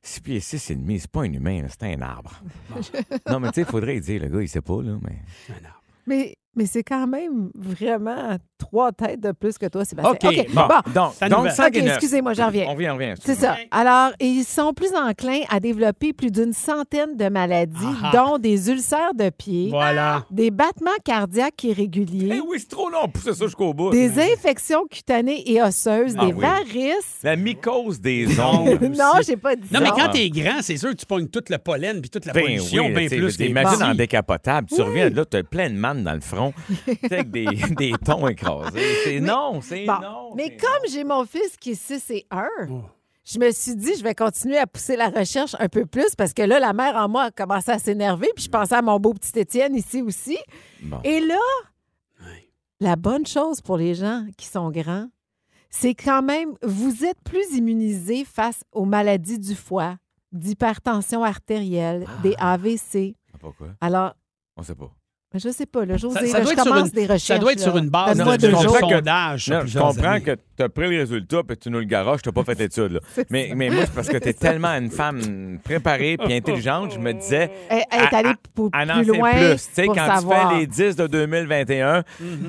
Speaker 2: 6 pieds 6 et demi, c'est pas un humain, là, c'est un arbre. non, mais tu sais, il faudrait dire, le gars, il sait pas, là, mais.
Speaker 1: Ben
Speaker 3: Mais, mais c'est quand même vraiment trois têtes de plus que toi, Sébastien.
Speaker 1: OK,
Speaker 2: Bon, donc,
Speaker 1: ça nous
Speaker 2: donc
Speaker 1: va.
Speaker 2: 5
Speaker 3: OK,
Speaker 2: et 9.
Speaker 3: excusez-moi, j'en reviens.
Speaker 2: On revient, on revient.
Speaker 3: C'est ça.
Speaker 1: Ok.
Speaker 3: Alors, ils sont plus enclins à développer plus d'une centaine de maladies,
Speaker 1: Ah ah.
Speaker 3: dont des ulcères de pied,
Speaker 1: Voilà.
Speaker 3: des battements cardiaques irréguliers,
Speaker 2: Eh oui, c'est trop long, poussez ça jusqu'au bout.
Speaker 3: des infections cutanées et osseuses,
Speaker 2: Ah
Speaker 3: des
Speaker 2: oui.
Speaker 3: varices.
Speaker 2: La mycose des ongles.
Speaker 3: non, j'ai pas dit ça.
Speaker 1: Non, mais quand t'es grand, c'est sûr que tu pognes tout le pollen puis toute la
Speaker 2: Ben
Speaker 1: pollution,
Speaker 2: oui,
Speaker 1: bien
Speaker 2: tu sais,
Speaker 1: plus. que les
Speaker 2: Imagine
Speaker 1: petits.
Speaker 2: en décapotable, tu reviens de là, t'as plein de mannes dans le front, tu sais, avec des, des tons écrasés. C'est non, c'est
Speaker 3: Bon,
Speaker 2: non.
Speaker 3: mais
Speaker 2: c'est
Speaker 3: comme j'ai mon fils qui est 6 et 1,
Speaker 1: Oh.
Speaker 3: je me suis dit, je vais continuer à pousser la recherche un peu plus parce que là, la mère en moi a commencé à s'énerver. Puis je pensais à mon beau petit Étienne ici aussi.
Speaker 2: Bon.
Speaker 3: Et là, la bonne chose pour les gens qui sont grands, c'est quand même, vous êtes plus immunisés face aux maladies du foie,
Speaker 1: Ah.
Speaker 3: d'hypertension artérielle, des AVC.
Speaker 2: non. Ah, Pourquoi?
Speaker 3: Alors,
Speaker 2: On sait pas.
Speaker 3: Mais Je sais pas, le jour
Speaker 1: Ça-
Speaker 3: zéro,
Speaker 1: ça doit
Speaker 3: je
Speaker 1: être sur
Speaker 3: commence
Speaker 1: une-
Speaker 3: des
Speaker 1: ça
Speaker 3: recherches.
Speaker 1: doit être
Speaker 3: là.
Speaker 1: sur une base
Speaker 3: Passe-moi
Speaker 1: de-
Speaker 3: deux
Speaker 1: de-
Speaker 3: jours.
Speaker 1: de-
Speaker 2: comprends que-
Speaker 1: sondage sur
Speaker 2: non, je
Speaker 1: plusieurs
Speaker 2: comprends
Speaker 1: années.
Speaker 2: que tu as pris le résultat puis tu nous le garages, tu n'as pas fait d'études. là. Mais, mais moi, c'est parce que tu es tellement une femme préparée puis intelligente, je me disais.
Speaker 3: Elle- elle est allée
Speaker 2: à-
Speaker 3: pour-
Speaker 2: à- à
Speaker 3: plus
Speaker 2: lancer
Speaker 3: loin
Speaker 2: plus. Tu sais,
Speaker 3: pour
Speaker 2: quand
Speaker 3: savoir. Mm-hmm.
Speaker 2: tu fais les 10 de 2021,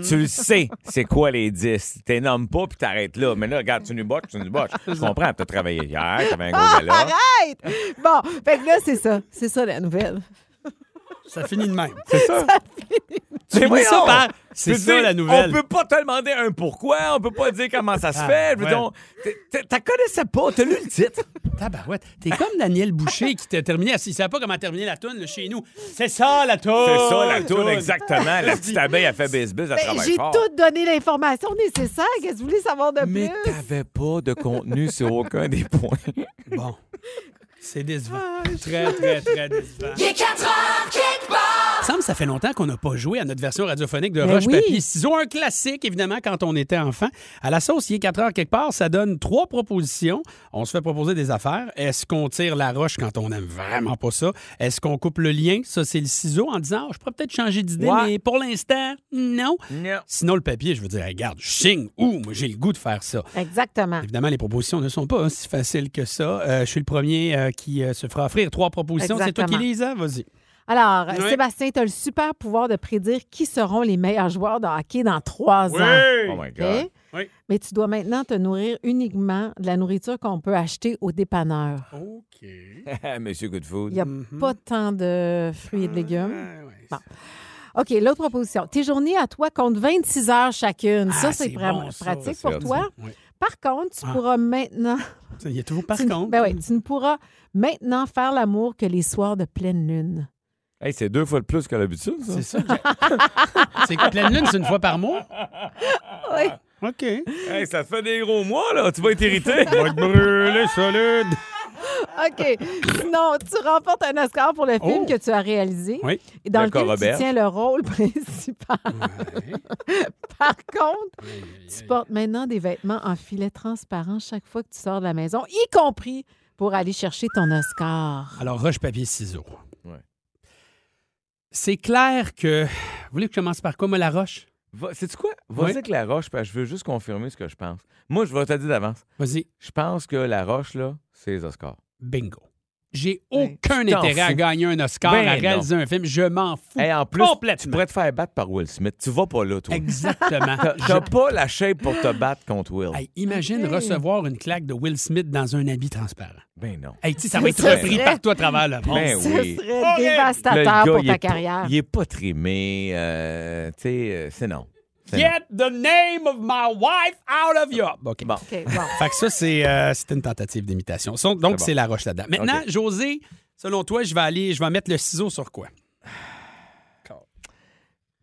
Speaker 2: tu le sais, c'est quoi les 10. Tu nommes pas puis t'arrêtes là. Mais là, regarde, tu nous botches, tu nous botches. Je comprends, tu as travaillé hier, tu avais un gros
Speaker 3: Ah,
Speaker 2: gala.
Speaker 3: arrête! Bon, fait que là, c'est ça. C'est ça la nouvelle.
Speaker 1: Ça finit de même.
Speaker 2: Tu
Speaker 1: Finis ça
Speaker 2: voyons!
Speaker 1: par- C'est
Speaker 2: Je veux
Speaker 1: ça,
Speaker 2: dire,
Speaker 1: la nouvelle.
Speaker 2: On peut pas te demander un pourquoi, on peut pas dire comment ça se
Speaker 1: Ah,
Speaker 2: fait. Je veux
Speaker 1: ouais.
Speaker 2: dire, on- t'es- t'es- T'as connaissais pas, t'as lu le titre.
Speaker 1: Tabarouette. T'es comme Daniel Boucher qui t'a terminé. Il savait pas comment terminer la toune là, chez nous. C'est ça la toune.
Speaker 2: C'est ça, la tourne, exactement. La petite abeille a fait bise-bise, elle
Speaker 3: Oh, Ben,
Speaker 2: travaille
Speaker 3: J'ai
Speaker 2: fort.
Speaker 3: tout donné l'information nécessaire. Qu'est-ce que vous voulez savoir de
Speaker 2: Mais
Speaker 3: plus?
Speaker 2: t'avais pas de contenu sur aucun des points.
Speaker 1: Bon. C'est décevant. Très, très, très décevant. Il semble que ça fait longtemps qu'on n'a pas joué à notre version radiophonique de
Speaker 3: Ben
Speaker 1: Roche
Speaker 3: oui.
Speaker 1: Papier Ciseaux. Un classique, évidemment, quand on était enfant. À la sauce, il est 4 heures quelque part, ça donne trois propositions. On se fait proposer des affaires. Est-ce qu'on tire la roche quand on n'aime vraiment pas ça? Est-ce qu'on coupe le lien? Ça, c'est le ciseau en disant, Ah, je pourrais peut-être changer d'idée,
Speaker 2: Ouais.
Speaker 1: mais pour l'instant, non.
Speaker 2: Non.
Speaker 1: Sinon, le papier, je veux dire, Hey, regarde, je signe où? Moi, j'ai le goût de faire ça.
Speaker 3: Exactement.
Speaker 1: Évidemment, les propositions ne sont pas aussi faciles que ça. Euh, je suis le premier euh, qui euh, se fera offrir trois propositions. C'est toi qui
Speaker 3: Exactement.
Speaker 1: les as, vas-y.
Speaker 3: Alors,
Speaker 1: Ouais.
Speaker 3: Sébastien, tu as le super pouvoir de prédire qui seront les meilleurs joueurs de hockey dans trois ans.
Speaker 2: Oh my
Speaker 3: OK?
Speaker 2: God.
Speaker 1: Oui.
Speaker 3: Mais tu dois maintenant te nourrir uniquement de la nourriture qu'on peut acheter au dépanneur.
Speaker 1: Ah. OK.
Speaker 2: Monsieur Good
Speaker 3: Il
Speaker 2: Food.
Speaker 3: n'y a
Speaker 1: Mhm.
Speaker 3: pas tant de fruits et de légumes.
Speaker 1: Ah
Speaker 3: Bon. OK, l'autre proposition. Tes journées à toi comptent 26 heures chacune.
Speaker 1: Ah,
Speaker 3: ça, c'est
Speaker 1: c'est
Speaker 3: pra-
Speaker 1: bon, ça.
Speaker 3: pratique
Speaker 2: Ça, c'est
Speaker 3: pour toi.
Speaker 1: Oui.
Speaker 3: Par contre, tu
Speaker 1: Ah.
Speaker 3: pourras maintenant.
Speaker 1: Il y a toujours par
Speaker 3: tu ne-
Speaker 1: contre.
Speaker 3: ben oui, tu ne pourras maintenant faire l'amour que les soirs de pleine lune.
Speaker 2: Hey, c'est deux fois de plus que l'habitude, ça.
Speaker 1: C'est ça. j'ai- c'est quoi, pleine lune, c'est une fois par mois?
Speaker 3: Oui.
Speaker 1: OK.
Speaker 2: Hey, ça fait des gros mois, là. Tu vas être irrité.
Speaker 1: brûler solide.
Speaker 3: OK. Sinon, tu remportes un Oscar pour le film
Speaker 1: Oh.
Speaker 3: que tu as réalisé.
Speaker 1: Oui.
Speaker 3: Et dans
Speaker 2: D'accord,
Speaker 3: lequel
Speaker 2: Robert.
Speaker 3: tu tiens le rôle principal. Par contre, tu portes maintenant des vêtements en filet transparent chaque fois que tu sors de la maison, y compris pour aller chercher ton Oscar.
Speaker 1: Alors, roche, papier, ciseaux.
Speaker 2: Ouais.
Speaker 1: C'est clair que. Vous voulez que je commence par quoi, moi, la roche?
Speaker 2: Va- Sais-tu quoi? Vas-y
Speaker 1: Oui.
Speaker 2: avec la roche, parce que je veux juste confirmer ce que je pense. Moi, je vais te le dire d'avance.
Speaker 1: Vas-y,
Speaker 2: Je pense que la roche, là, c'est les Oscars.
Speaker 1: bingo. J'ai
Speaker 3: Oui.
Speaker 1: aucun
Speaker 2: Je t'en
Speaker 1: intérêt à
Speaker 2: fous.
Speaker 1: gagner un Oscar,
Speaker 2: Ben Eh.
Speaker 1: à réaliser un film. Je m'en fous.
Speaker 2: Hey, en plus, tu
Speaker 1: complètement.
Speaker 2: pourrais te faire battre par Will Smith. Tu vas pas là, toi.
Speaker 1: Exactement.
Speaker 2: T'as
Speaker 1: Je-
Speaker 2: t'as pas la shape pour te battre contre Will.
Speaker 1: Hey, imagine
Speaker 3: Ok.
Speaker 1: recevoir une claque de Will Smith dans un habit transparent.
Speaker 2: Ben non.
Speaker 1: Hey, tu sais, ça va être
Speaker 3: Ça
Speaker 1: repris
Speaker 3: serait-
Speaker 1: partout à travers le monde.
Speaker 2: Ben
Speaker 3: Ce
Speaker 2: oui.
Speaker 3: serait
Speaker 1: Horrible.
Speaker 2: Le
Speaker 3: dévastateur
Speaker 2: gars,
Speaker 3: pour
Speaker 2: il
Speaker 3: ta
Speaker 2: est pas-
Speaker 3: carrière.
Speaker 2: il est pas trimé. euh, tu sais, euh, c'est non. C'est non.
Speaker 1: Get the name of my wife out of your... OK.
Speaker 2: Bon.
Speaker 3: OK, bon.
Speaker 1: Fait que ça, c'est euh, c'était une tentative d'imitation. So- Donc,
Speaker 2: C'est bon.
Speaker 1: c'est la roche là-dedans. Maintenant,
Speaker 2: OK.
Speaker 1: José, selon toi, je vais aller, je vais mettre le ciseau sur quoi?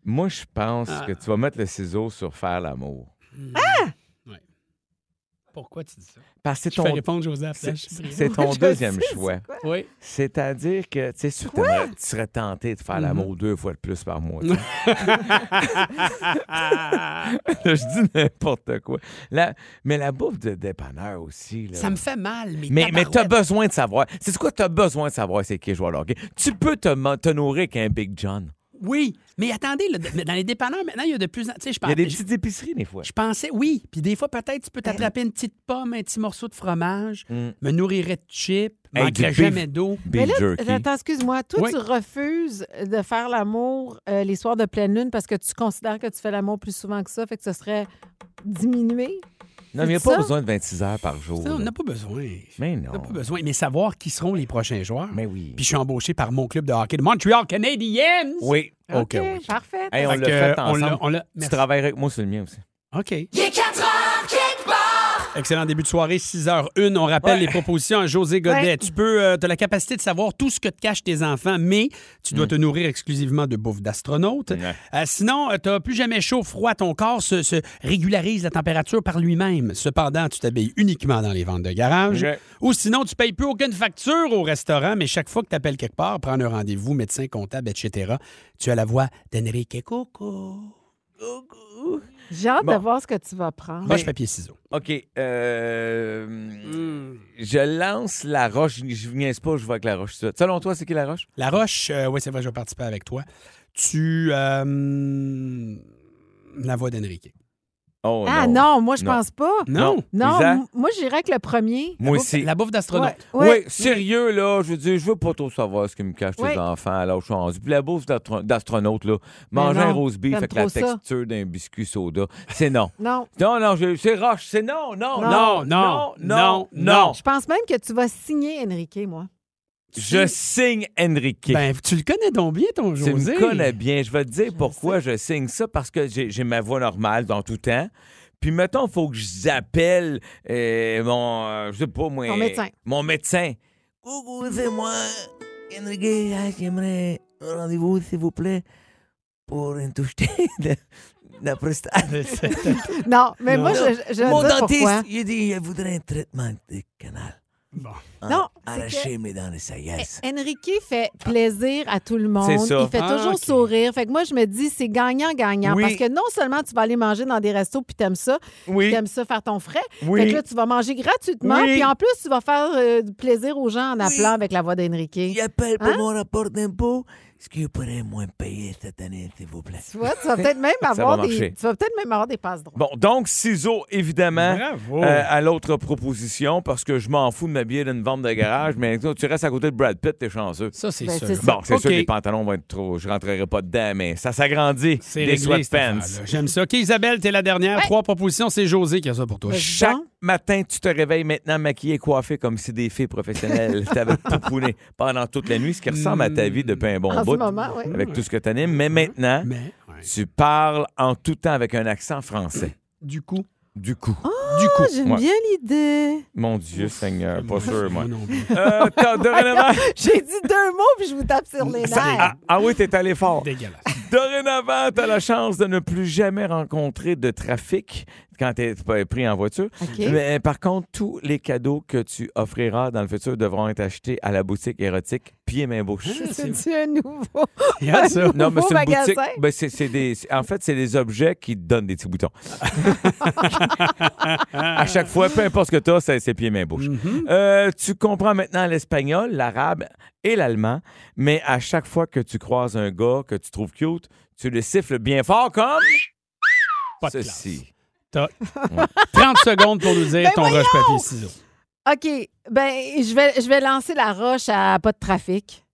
Speaker 2: Moi, je pense
Speaker 1: Ah.
Speaker 2: que tu vas mettre le ciseau sur faire l'amour.
Speaker 1: Pourquoi tu dis ça?
Speaker 2: Parce que c'est
Speaker 1: Je fais
Speaker 2: ton,
Speaker 1: répondre, José, à
Speaker 2: c'est-
Speaker 1: Flash.
Speaker 2: c'est ton
Speaker 3: Je
Speaker 2: deuxième
Speaker 3: sais, c'est
Speaker 2: choix.
Speaker 3: quoi?
Speaker 1: Oui.
Speaker 2: C'est-à-dire que, tu sais, sûr que t'aimerais- tu serais tenté de faire
Speaker 1: Mm-hmm.
Speaker 2: l'amour deux fois de plus par mois. tu sais. je dis n'importe quoi. La- mais la bouffe de dépanneur aussi. Là.
Speaker 1: Ça me fait mal, mais
Speaker 2: Mais, mais t'as
Speaker 1: tabarouette.
Speaker 2: besoin de savoir. C'est quoi t'as besoin de savoir c'est qui le joueur de hockey? Tu peux te, ma- te nourrir qu'un Big John.
Speaker 1: Oui, mais attendez, là, de- dans les dépanneurs, maintenant, il y a de plus en... Tu sais, Bah, je
Speaker 2: Il y a des
Speaker 1: pense-
Speaker 2: petites épiceries des fois.
Speaker 1: Je pensais, oui. Puis des fois, peut-être, tu peux t'attraper une petite pomme, un petit morceau de fromage, me nourrirais de chips,
Speaker 2: Mm. Hey,
Speaker 1: manquerais
Speaker 2: du beef.
Speaker 1: jamais d'eau.
Speaker 2: Beef jerky.
Speaker 3: Attends, excuse-moi. Toi,
Speaker 1: Oui.
Speaker 3: tu refuses de faire l'amour euh, les soirs de pleine lune parce que tu considères que tu fais l'amour plus souvent que ça, fait que ce serait diminué.
Speaker 2: Non, mais il n'y a
Speaker 3: C'est
Speaker 2: pas
Speaker 3: ça?
Speaker 2: besoin de 26 heures par jour.
Speaker 1: Ça, on
Speaker 2: Oh, là.
Speaker 1: n'a pas besoin.
Speaker 2: Mais
Speaker 1: On n'a
Speaker 2: non.
Speaker 1: pas besoin. Mais savoir qui seront les prochains joueurs.
Speaker 2: Mais oui.
Speaker 1: Puis je suis embauché par mon club de hockey, le Montreal Canadiens.
Speaker 2: Oui.
Speaker 1: OK, oui.
Speaker 3: Parfait.
Speaker 2: Hey, on
Speaker 1: Fait
Speaker 2: l'a
Speaker 1: que,
Speaker 2: fait
Speaker 1: on l'a-
Speaker 2: ensemble.
Speaker 1: on l'a-
Speaker 2: Tu
Speaker 1: merci.
Speaker 2: travaillerais avec moi sur le mien aussi.
Speaker 1: OK. Excellent début de soirée, 6h01. On rappelle les propositions à José Godet.
Speaker 3: Ouais.
Speaker 1: Tu peux, euh, t'as la capacité de savoir tout ce que te cachent tes enfants, mais tu dois te nourrir exclusivement de bouffe d'astronaute.
Speaker 2: Ouais.
Speaker 1: Euh, sinon, tu n'as plus jamais chaud, froid. Ton corps se, se régularise la température par lui-même. Cependant, tu t'habilles uniquement dans les ventes de garage.
Speaker 2: Ok.
Speaker 1: Ou sinon, tu payes plus aucune facture au restaurant, mais chaque fois que tu appelles quelque part, prendre un rendez-vous, médecin, comptable, etc., tu as la voix d'Enrique Coco.
Speaker 3: Coucou. J'ai hâte
Speaker 2: Bon.
Speaker 3: de voir ce que tu vas prendre.
Speaker 1: Roche, papier, ciseaux.
Speaker 2: OK. euh, Je lance la roche. Je ne pas, je vois avec la roche. tout de suite. Selon toi, c'est qui la roche?
Speaker 1: La Roche, euh, oui, c'est vrai, je vais participer avec toi. Tu. euh, la voix d'Enrique.
Speaker 2: Oh,
Speaker 3: ah non, moi, je
Speaker 2: Non.
Speaker 3: pense pas.
Speaker 1: Non.
Speaker 2: Non.
Speaker 3: Non,
Speaker 2: Isa?
Speaker 3: m- moi, j'irais avec le premier.
Speaker 1: La
Speaker 2: Moi
Speaker 1: bouffe-
Speaker 2: aussi.
Speaker 1: La bouffe d'astronaute.
Speaker 3: Ouais, ouais.
Speaker 2: Oui, sérieux, là, je veux dire, je veux pas trop savoir ce qui me cache
Speaker 3: Oui.
Speaker 2: les enfants, là, où je suis rendu. Puis la bouffe d'astro- d'astronaute, là,
Speaker 3: Mais
Speaker 2: manger un
Speaker 3: non,
Speaker 2: roast beef
Speaker 3: t'aimes
Speaker 2: avec la
Speaker 3: trop ça.
Speaker 2: texture d'un biscuit soda, c'est non.
Speaker 3: Non.
Speaker 2: Non, non, je- c'est roche, c'est non,
Speaker 1: Non,
Speaker 2: non, non,
Speaker 1: non, non, non.
Speaker 3: Je pense même que tu vas signer Enrique, moi.
Speaker 2: Je signe Enrique.
Speaker 1: Ben, tu le connais donc bien, ton
Speaker 2: tu
Speaker 1: José.
Speaker 2: me connais bien. Je vais te dire pourquoi je signe ça, parce que j'ai j'ai ma voix normale dans tout temps. Puis, mettons, il faut que j'appelle euh, mon, euh, je sais pas, moi...
Speaker 3: Ton médecin.
Speaker 2: Mon médecin. Coucou, c'est moi, Enrique. Ah, J'aimerais un rendez-vous, s'il vous plaît, pour une touche de la prostate.
Speaker 3: Non, mais
Speaker 1: Non.
Speaker 3: moi, je, je vais
Speaker 2: Mon
Speaker 3: dire
Speaker 2: dentiste,
Speaker 3: pourquoi.
Speaker 2: il dit, il voudrait un traitement de canal.
Speaker 1: Bon.
Speaker 2: Hein,
Speaker 3: Non, c'est
Speaker 2: Arracher mes dents de sagesse.
Speaker 3: Enrique fait plaisir à tout le monde.
Speaker 2: C'est ça.
Speaker 3: Il fait
Speaker 1: Ah,
Speaker 3: toujours
Speaker 1: ok.
Speaker 3: sourire. Fait que moi, je me dis, c'est gagnant-gagnant.
Speaker 2: Oui.
Speaker 3: Parce que non seulement tu vas aller manger dans des restos puis t'aimes ça,
Speaker 2: Oui.
Speaker 3: t'aimes ça faire ton frais.
Speaker 2: Oui.
Speaker 3: Fait que là, tu vas manger gratuitement.
Speaker 2: Oui.
Speaker 3: Puis en plus, tu vas faire euh, du plaisir aux gens en appelant avec la voix d'Enrique.
Speaker 2: Il appelle pour
Speaker 3: Hein?
Speaker 2: mon rapport d'impôt. Est-ce que vous pourrez moins payer cette année, s'il vous plaît?
Speaker 3: Tu vois, tu vas peut-être même
Speaker 2: Ça va
Speaker 3: avoir
Speaker 2: marcher.
Speaker 3: des. Tu vas peut-être même avoir des passes droits.
Speaker 2: Bon, donc, ciseaux, évidemment,
Speaker 1: Bravo.
Speaker 2: euh, à l'autre proposition, parce que je m'en fous de m'habiller d'une vente de garage, mais toi, tu restes à côté de Brad Pitt, t'es chanceux.
Speaker 1: Ça, c'est
Speaker 3: Ben,
Speaker 1: sûr.
Speaker 3: c'est ça.
Speaker 2: Bon, c'est sûr
Speaker 1: OK.
Speaker 2: que les pantalons vont être trop. Je rentrerai pas dedans, mais ça s'agrandit.
Speaker 1: C'est
Speaker 2: Des
Speaker 1: réglé, cette
Speaker 2: sweatpants.
Speaker 1: affaire-là. J'aime ça. OK, Isabelle, t'es la dernière.
Speaker 3: Ouais. Ben,
Speaker 1: Trois propositions, c'est José qui a ça pour toi.
Speaker 3: Vas-y.
Speaker 2: Chaque
Speaker 3: Donc?
Speaker 2: matin, tu te réveilles maintenant maquillée et coiffée comme si des filles professionnelles t'avaient pouponné pendant toute la nuit, ce qui ressemble à ta vie depuis un bon
Speaker 3: En ce
Speaker 2: bout.
Speaker 3: moment, oui.
Speaker 2: Avec tout ce que t'animes. Mais maintenant,
Speaker 1: Mais, ouais.
Speaker 2: tu parles en tout temps avec un accent français.
Speaker 1: du coup,
Speaker 2: Du coup.
Speaker 1: du coup.
Speaker 3: Ah, j'aime
Speaker 2: Ouais.
Speaker 3: bien l'idée.
Speaker 2: Mon Dieu, Seigneur, pas sûr, moi.
Speaker 1: non plus.
Speaker 2: Euh, t'as- dorénavant.
Speaker 3: J'ai dit deux mots puis je vous tape sur les
Speaker 2: Ah,
Speaker 3: nerfs.
Speaker 2: ah oui, t'es allé fort.
Speaker 1: Dégueulasse.
Speaker 2: Dorénavant, t'as la chance de ne plus jamais rencontrer de trafic quand t'es pas pris en voiture.
Speaker 3: OK.
Speaker 2: Mais par contre, tous les cadeaux que tu offriras dans le futur devront être achetés à la boutique érotique Pieds Main Bouche.
Speaker 3: Ah, C'est un nouveau.
Speaker 1: Il y a ça.
Speaker 2: Non, mais
Speaker 3: Nouveau
Speaker 2: c'est une
Speaker 3: magasin.
Speaker 2: boutique. ben, c'est- c'est des- c'est- en fait, c'est des objets qui te donnent des petits boutons. à chaque fois, peu importe ce que tu as, c'est c'est pieds, mains,
Speaker 3: Mm.
Speaker 2: bouche.
Speaker 1: Mhm.
Speaker 2: Euh, tu comprends maintenant l'espagnol, l'arabe et l'allemand, mais à chaque fois que tu croises un gars que tu trouves cute, tu le siffles bien fort comme
Speaker 1: Pas de classe.
Speaker 2: ceci.
Speaker 1: T'as 30 secondes pour nous dire
Speaker 3: Ben
Speaker 1: ton roche, papier, ciseaux.
Speaker 3: OK. Ben, je vais, je vais lancer la roche à pas de trafic.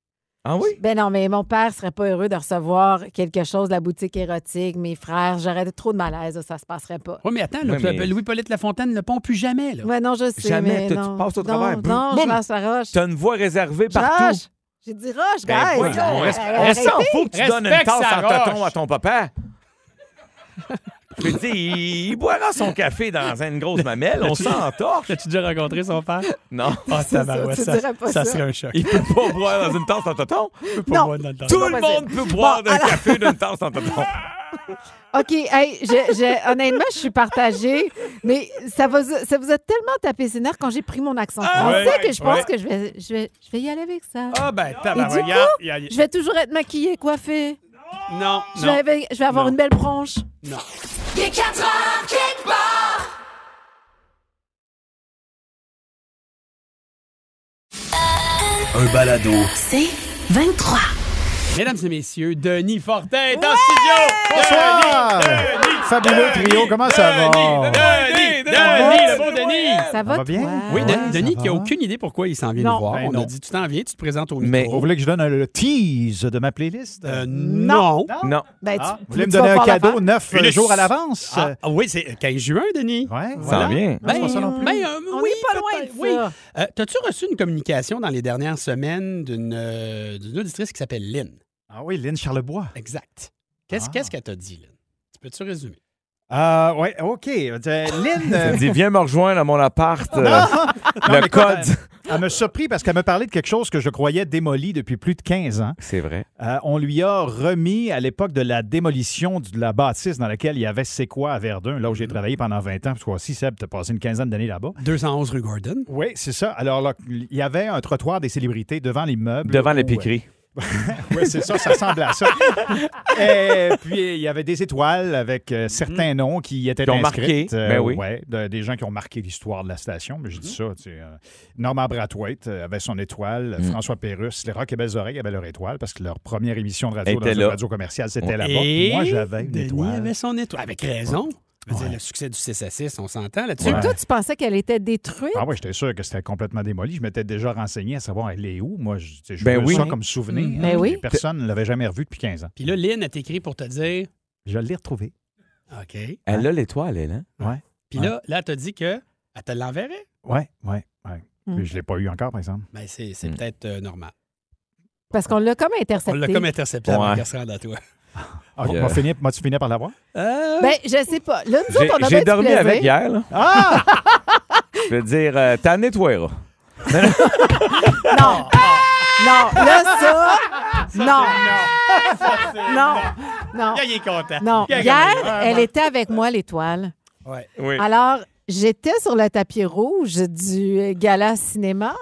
Speaker 2: Ah oui?
Speaker 3: Ben non, mais mon père serait pas heureux de recevoir quelque chose de la boutique érotique. Mes frères, j'aurais trop de malaise, ça se passerait pas.
Speaker 1: Oui, mais attends, là,
Speaker 2: Ouais, mais-
Speaker 1: Louis-Paulette Lafontaine ne pompe plus jamais. Là.
Speaker 3: Ouais, non, je sais.
Speaker 2: Jamais,
Speaker 3: mais
Speaker 2: toi, tu
Speaker 3: non.
Speaker 2: passes au
Speaker 3: Non,
Speaker 2: travers.
Speaker 3: Non,
Speaker 2: Boum.
Speaker 3: je lance la roche.
Speaker 2: Tu as une voie réservée partout.
Speaker 3: Roche! J'ai dit roche,
Speaker 2: Ben
Speaker 3: guys!
Speaker 2: voyons,
Speaker 3: là.
Speaker 2: respe-
Speaker 3: Arrêtez.
Speaker 2: restant, faut que tu
Speaker 1: Respecte
Speaker 2: donnes une tasse
Speaker 1: sa
Speaker 2: en tâton
Speaker 1: roche.
Speaker 2: à ton papa. Je veux dire, il, il boira son café dans une grosse mamelle, on s'en torche.
Speaker 1: T'as-tu déjà rencontré son père?
Speaker 2: Non,
Speaker 1: Ah,
Speaker 3: ça,
Speaker 1: tabarouette,
Speaker 3: tu dirais pas ça.
Speaker 1: serait un choc.
Speaker 2: il peut pas boire dans une tasse en tâton.
Speaker 1: Pour
Speaker 3: Non.
Speaker 1: moi, dans le temps.
Speaker 2: Tout
Speaker 3: pas
Speaker 2: le
Speaker 3: possible.
Speaker 2: monde peut boire
Speaker 3: Bon,
Speaker 2: d'un
Speaker 3: alors-
Speaker 2: café d'une tasse en tâton.
Speaker 3: OK, hey, je- je- honnêtement, je suis partagée, mais ça, va, ça vous a tellement tapé ses nerfs quand j'ai pris mon accent français
Speaker 1: Ah ouais,
Speaker 3: que je pense
Speaker 1: ouais.
Speaker 3: que je vais, je, vais, je vais y aller avec ça.
Speaker 1: Ah, ben,
Speaker 3: Et
Speaker 1: tabarouette,
Speaker 3: du
Speaker 1: regarde,
Speaker 3: coup,
Speaker 1: il y a-
Speaker 3: Je vais toujours être maquillée, coiffée.
Speaker 1: Non,
Speaker 3: Je vais,
Speaker 1: non.
Speaker 3: avec- je vais avoir
Speaker 1: Non.
Speaker 3: une belle bronche.
Speaker 5: Un balado.
Speaker 6: C'est 23.
Speaker 1: Mesdames et messiers, Denis Fortin est en studio!
Speaker 7: Bonsoir! Fabuleux trio, comment ça va?
Speaker 1: Denis, Denis,
Speaker 7: va?
Speaker 1: le bon Denis!
Speaker 3: Ça va,
Speaker 7: va bien?
Speaker 3: toi?
Speaker 1: Oui,
Speaker 7: Ouais,
Speaker 1: Denis, Denis
Speaker 7: ça
Speaker 1: qui a
Speaker 7: va.
Speaker 1: aucune idée pourquoi il s'en vient
Speaker 3: Non.
Speaker 1: nous voir.
Speaker 7: Ben
Speaker 1: On a
Speaker 7: non.
Speaker 1: dit, tu t'en viens, tu te présentes au
Speaker 2: Mais-
Speaker 1: micro.
Speaker 7: Vous voulez que je donne le tease de ma playlist? Hmm.
Speaker 1: Euh, non.
Speaker 2: Non.
Speaker 3: Ben, tu-
Speaker 7: Ah, vous
Speaker 3: tu
Speaker 7: voulez me
Speaker 3: vas
Speaker 7: donner un
Speaker 3: faire la
Speaker 7: cadeau
Speaker 3: fête?
Speaker 7: neuf
Speaker 1: Une-
Speaker 7: euh, jours à l'avance?
Speaker 1: Ah, ah oui, c'est 15 juin, Denis.
Speaker 7: Ouais,
Speaker 2: Ça
Speaker 7: voilà.
Speaker 2: en vient.
Speaker 7: Non, c'est pas ça non plus.
Speaker 1: ben, euh,
Speaker 3: Hmm. On
Speaker 1: oui,
Speaker 3: est pas loin
Speaker 1: peut-être,
Speaker 3: de
Speaker 1: oui.
Speaker 3: ça.
Speaker 1: Euh, T'as-tu reçu une communication dans les dernières semaines d'une euh, d'une auditrice qui s'appelle Lynn?
Speaker 7: Ah oui, Lynn Charlebois.
Speaker 1: Exact. Qu'est-ce
Speaker 7: Ah.
Speaker 1: qu'est-ce qu'elle t'a dit, Lynn? Tu peux-tu résumer?
Speaker 7: Ah oui, OK. Euh, Lynn, euh,
Speaker 2: Elle dit, viens me rejoindre à mon appart. euh,
Speaker 7: Non, mais
Speaker 2: le
Speaker 7: écoute,
Speaker 2: code.
Speaker 7: elle- elle m'a surpris parce qu'elle me parlait de quelque chose que je croyais démoli depuis plus de 15 ans.
Speaker 2: C'est vrai.
Speaker 7: Euh, on lui a remis à l'époque de la démolition du- de la bâtisse dans laquelle il y avait C'est quoi à Verdun, là où j'ai travaillé pendant 20 ans. Parce que aussi, Seb, t'as passé une quinzaine d'années là-bas.
Speaker 1: 211 rue Gordon.
Speaker 7: Oui, c'est ça. Alors, là, il y avait un trottoir des célébrités devant l'immeuble.
Speaker 2: Devant
Speaker 7: où-
Speaker 2: l'épicerie.
Speaker 7: oui, c'est ça, ça ressemble à ça. Et puis, il y avait des étoiles avec euh, certains noms qui étaient
Speaker 2: Mhm. Qui ont
Speaker 7: inscrits. Euh,
Speaker 2: marqué, ben oui. Mhm.
Speaker 7: ouais, de- des gens qui ont marqué l'histoire de la station. Mais je dis ça, tu sais, euh, Norman Brathwaite euh, avait son étoile,
Speaker 2: Mm.
Speaker 7: François Pérusse, les Rock et Belles Oreilles avaient leur étoile parce que leur première émission de radio
Speaker 2: Était
Speaker 7: dans une
Speaker 2: là.
Speaker 7: radio commerciale, c'était
Speaker 2: Ouais.
Speaker 7: là-bas. Puis Moi, j'avais une
Speaker 1: Denis
Speaker 7: étoile.
Speaker 1: avait son étoile. Avec raison. Je veux dire, le succès du 6 à 6, on s'entend là-dessus.
Speaker 7: Ouais.
Speaker 3: Toi, tu pensais qu'elle était détruite?
Speaker 7: Ah oui, j'étais sûr que c'était complètement démoli. Je m'étais déjà renseigné à savoir elle est où. Moi, je, tu sais, je
Speaker 2: Ben
Speaker 7: veux
Speaker 2: oui.
Speaker 7: ça comme souvenir.
Speaker 1: Ah,
Speaker 3: Mm. Ben oui.
Speaker 7: Et Personne ne l'avait jamais revu depuis 15 ans.
Speaker 1: Puis là, Lynn a écrit pour te dire
Speaker 7: Je l'ai retrouvé.
Speaker 1: OK. Puis
Speaker 2: Elle a l'étoile, elle, hein?
Speaker 7: Ouais.
Speaker 1: là, là, t'as dit que elle te l'enverrait.
Speaker 7: Ouais, ouais, ouais.
Speaker 3: Mm.
Speaker 7: Mais je l'ai pas eu encore, par exemple.
Speaker 1: Ben, c'est c'est
Speaker 7: Hmm.
Speaker 2: Mm.
Speaker 1: peut-être euh, normal.
Speaker 3: Parce qu'on l'a comme
Speaker 1: On
Speaker 3: interceptée.
Speaker 1: l'a comme intercepté avant
Speaker 2: Ouais.
Speaker 1: qu'elle se rende à toi.
Speaker 7: Ah,
Speaker 2: Yeah.
Speaker 7: m'as fini- M'as-tu fini par l'avoir?
Speaker 1: Euh,
Speaker 3: Ben, je sais pas. Là, nous
Speaker 2: J'ai
Speaker 3: autres, on a bien
Speaker 2: j'ai
Speaker 3: du
Speaker 2: dormi
Speaker 3: plaisir.
Speaker 2: avec hier, là.
Speaker 7: Ah!
Speaker 2: Je veux dire, euh, t'en nettoieras.
Speaker 3: Non. Non, là, ça. non. Non. Non.
Speaker 1: Ah! il est content.
Speaker 3: Non. Hier, elle était avec moi, l'étoile.
Speaker 1: Ouais.
Speaker 2: Oui.
Speaker 3: Alors, j'étais sur le tapis rouge du gala cinéma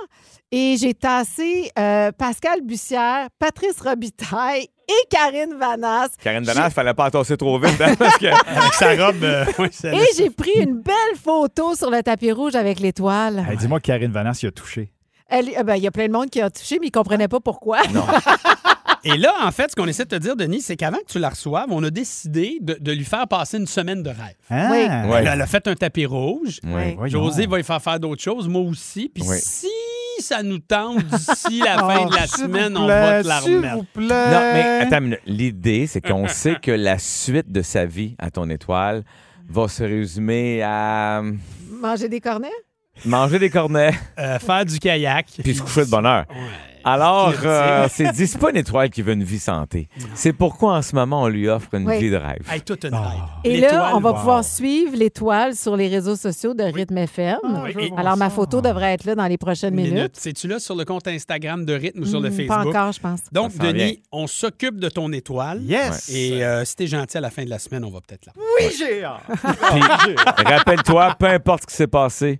Speaker 3: et j'ai tassé euh, Pascal Bussière, Patrice Robitaille et Karine Vanasse.
Speaker 2: Karine Danasse, fallait pas tasser trop vite, hein, parce que...
Speaker 7: Avec sa robe. euh, ouais, ça-
Speaker 3: Et j'ai pris une belle photo sur le tapis rouge avec l'étoile.
Speaker 7: Hey, Dis-moi, que Karine Vanasse y a touché.
Speaker 3: Elle- euh, ben, Il y a plein de monde qui a touché, mais ils ne comprenaient pas pourquoi.
Speaker 1: Et là, en fait, ce qu'on essaie de te dire, Denis, c'est qu'avant que tu la reçoives, on a décidé de, de lui faire passer une semaine de rêve.
Speaker 7: Ah!
Speaker 3: Oui.
Speaker 2: Ouais.
Speaker 1: Elle, elle a fait un tapis rouge.
Speaker 2: Ouais.
Speaker 7: Voyons.
Speaker 1: José va y faire faire d'autres choses, moi aussi. Puis
Speaker 2: Oui.
Speaker 1: si ça nous tente d'ici la fin
Speaker 7: Oh,
Speaker 1: de la
Speaker 7: s'il vous
Speaker 1: semaine, on
Speaker 7: plaît,
Speaker 1: va te la
Speaker 7: s'il
Speaker 1: remettre.
Speaker 7: vous plaît.
Speaker 2: Non, mais attends, une minute. l'idée, c'est qu'on sait que la suite de sa vie à ton étoile va se résumer à
Speaker 3: Manger des cornets?
Speaker 2: manger des cornets
Speaker 1: Euh, faire du kayak.
Speaker 2: puis se coucher de bonne heure.
Speaker 1: Ouais.
Speaker 2: Alors,
Speaker 1: Puis
Speaker 2: euh,
Speaker 1: retirer.
Speaker 2: c'est dit, c'est pas une étoile qui veut une vie santé. C'est pourquoi en ce moment, on lui offre une
Speaker 3: Oui.
Speaker 2: vie de rêve.
Speaker 1: Hey, toute une
Speaker 7: Ah.
Speaker 1: rêve.
Speaker 3: Et
Speaker 1: L'étoile,
Speaker 3: là, on va
Speaker 1: wow.
Speaker 3: pouvoir suivre l'étoile sur les réseaux sociaux de Rythme FM.
Speaker 1: Ah Oui, et-
Speaker 3: Alors, ma photo devrait être là dans les prochaines
Speaker 1: minute.
Speaker 3: minutes.
Speaker 1: C'est-tu là sur le compte Instagram de Rythme ou sur le
Speaker 3: Hmm,
Speaker 1: Facebook?
Speaker 3: Pas encore, je pense.
Speaker 1: Donc,
Speaker 2: Ça s'en
Speaker 1: Denis,
Speaker 2: vient.
Speaker 1: on s'occupe de ton étoile.
Speaker 7: Yes!
Speaker 1: Et euh, si t'es gentil à la fin de la semaine, on va peut-être là.
Speaker 7: Oui, j'ai hâte.
Speaker 2: Puis, rappelle-toi, peu importe ce qui s'est passé,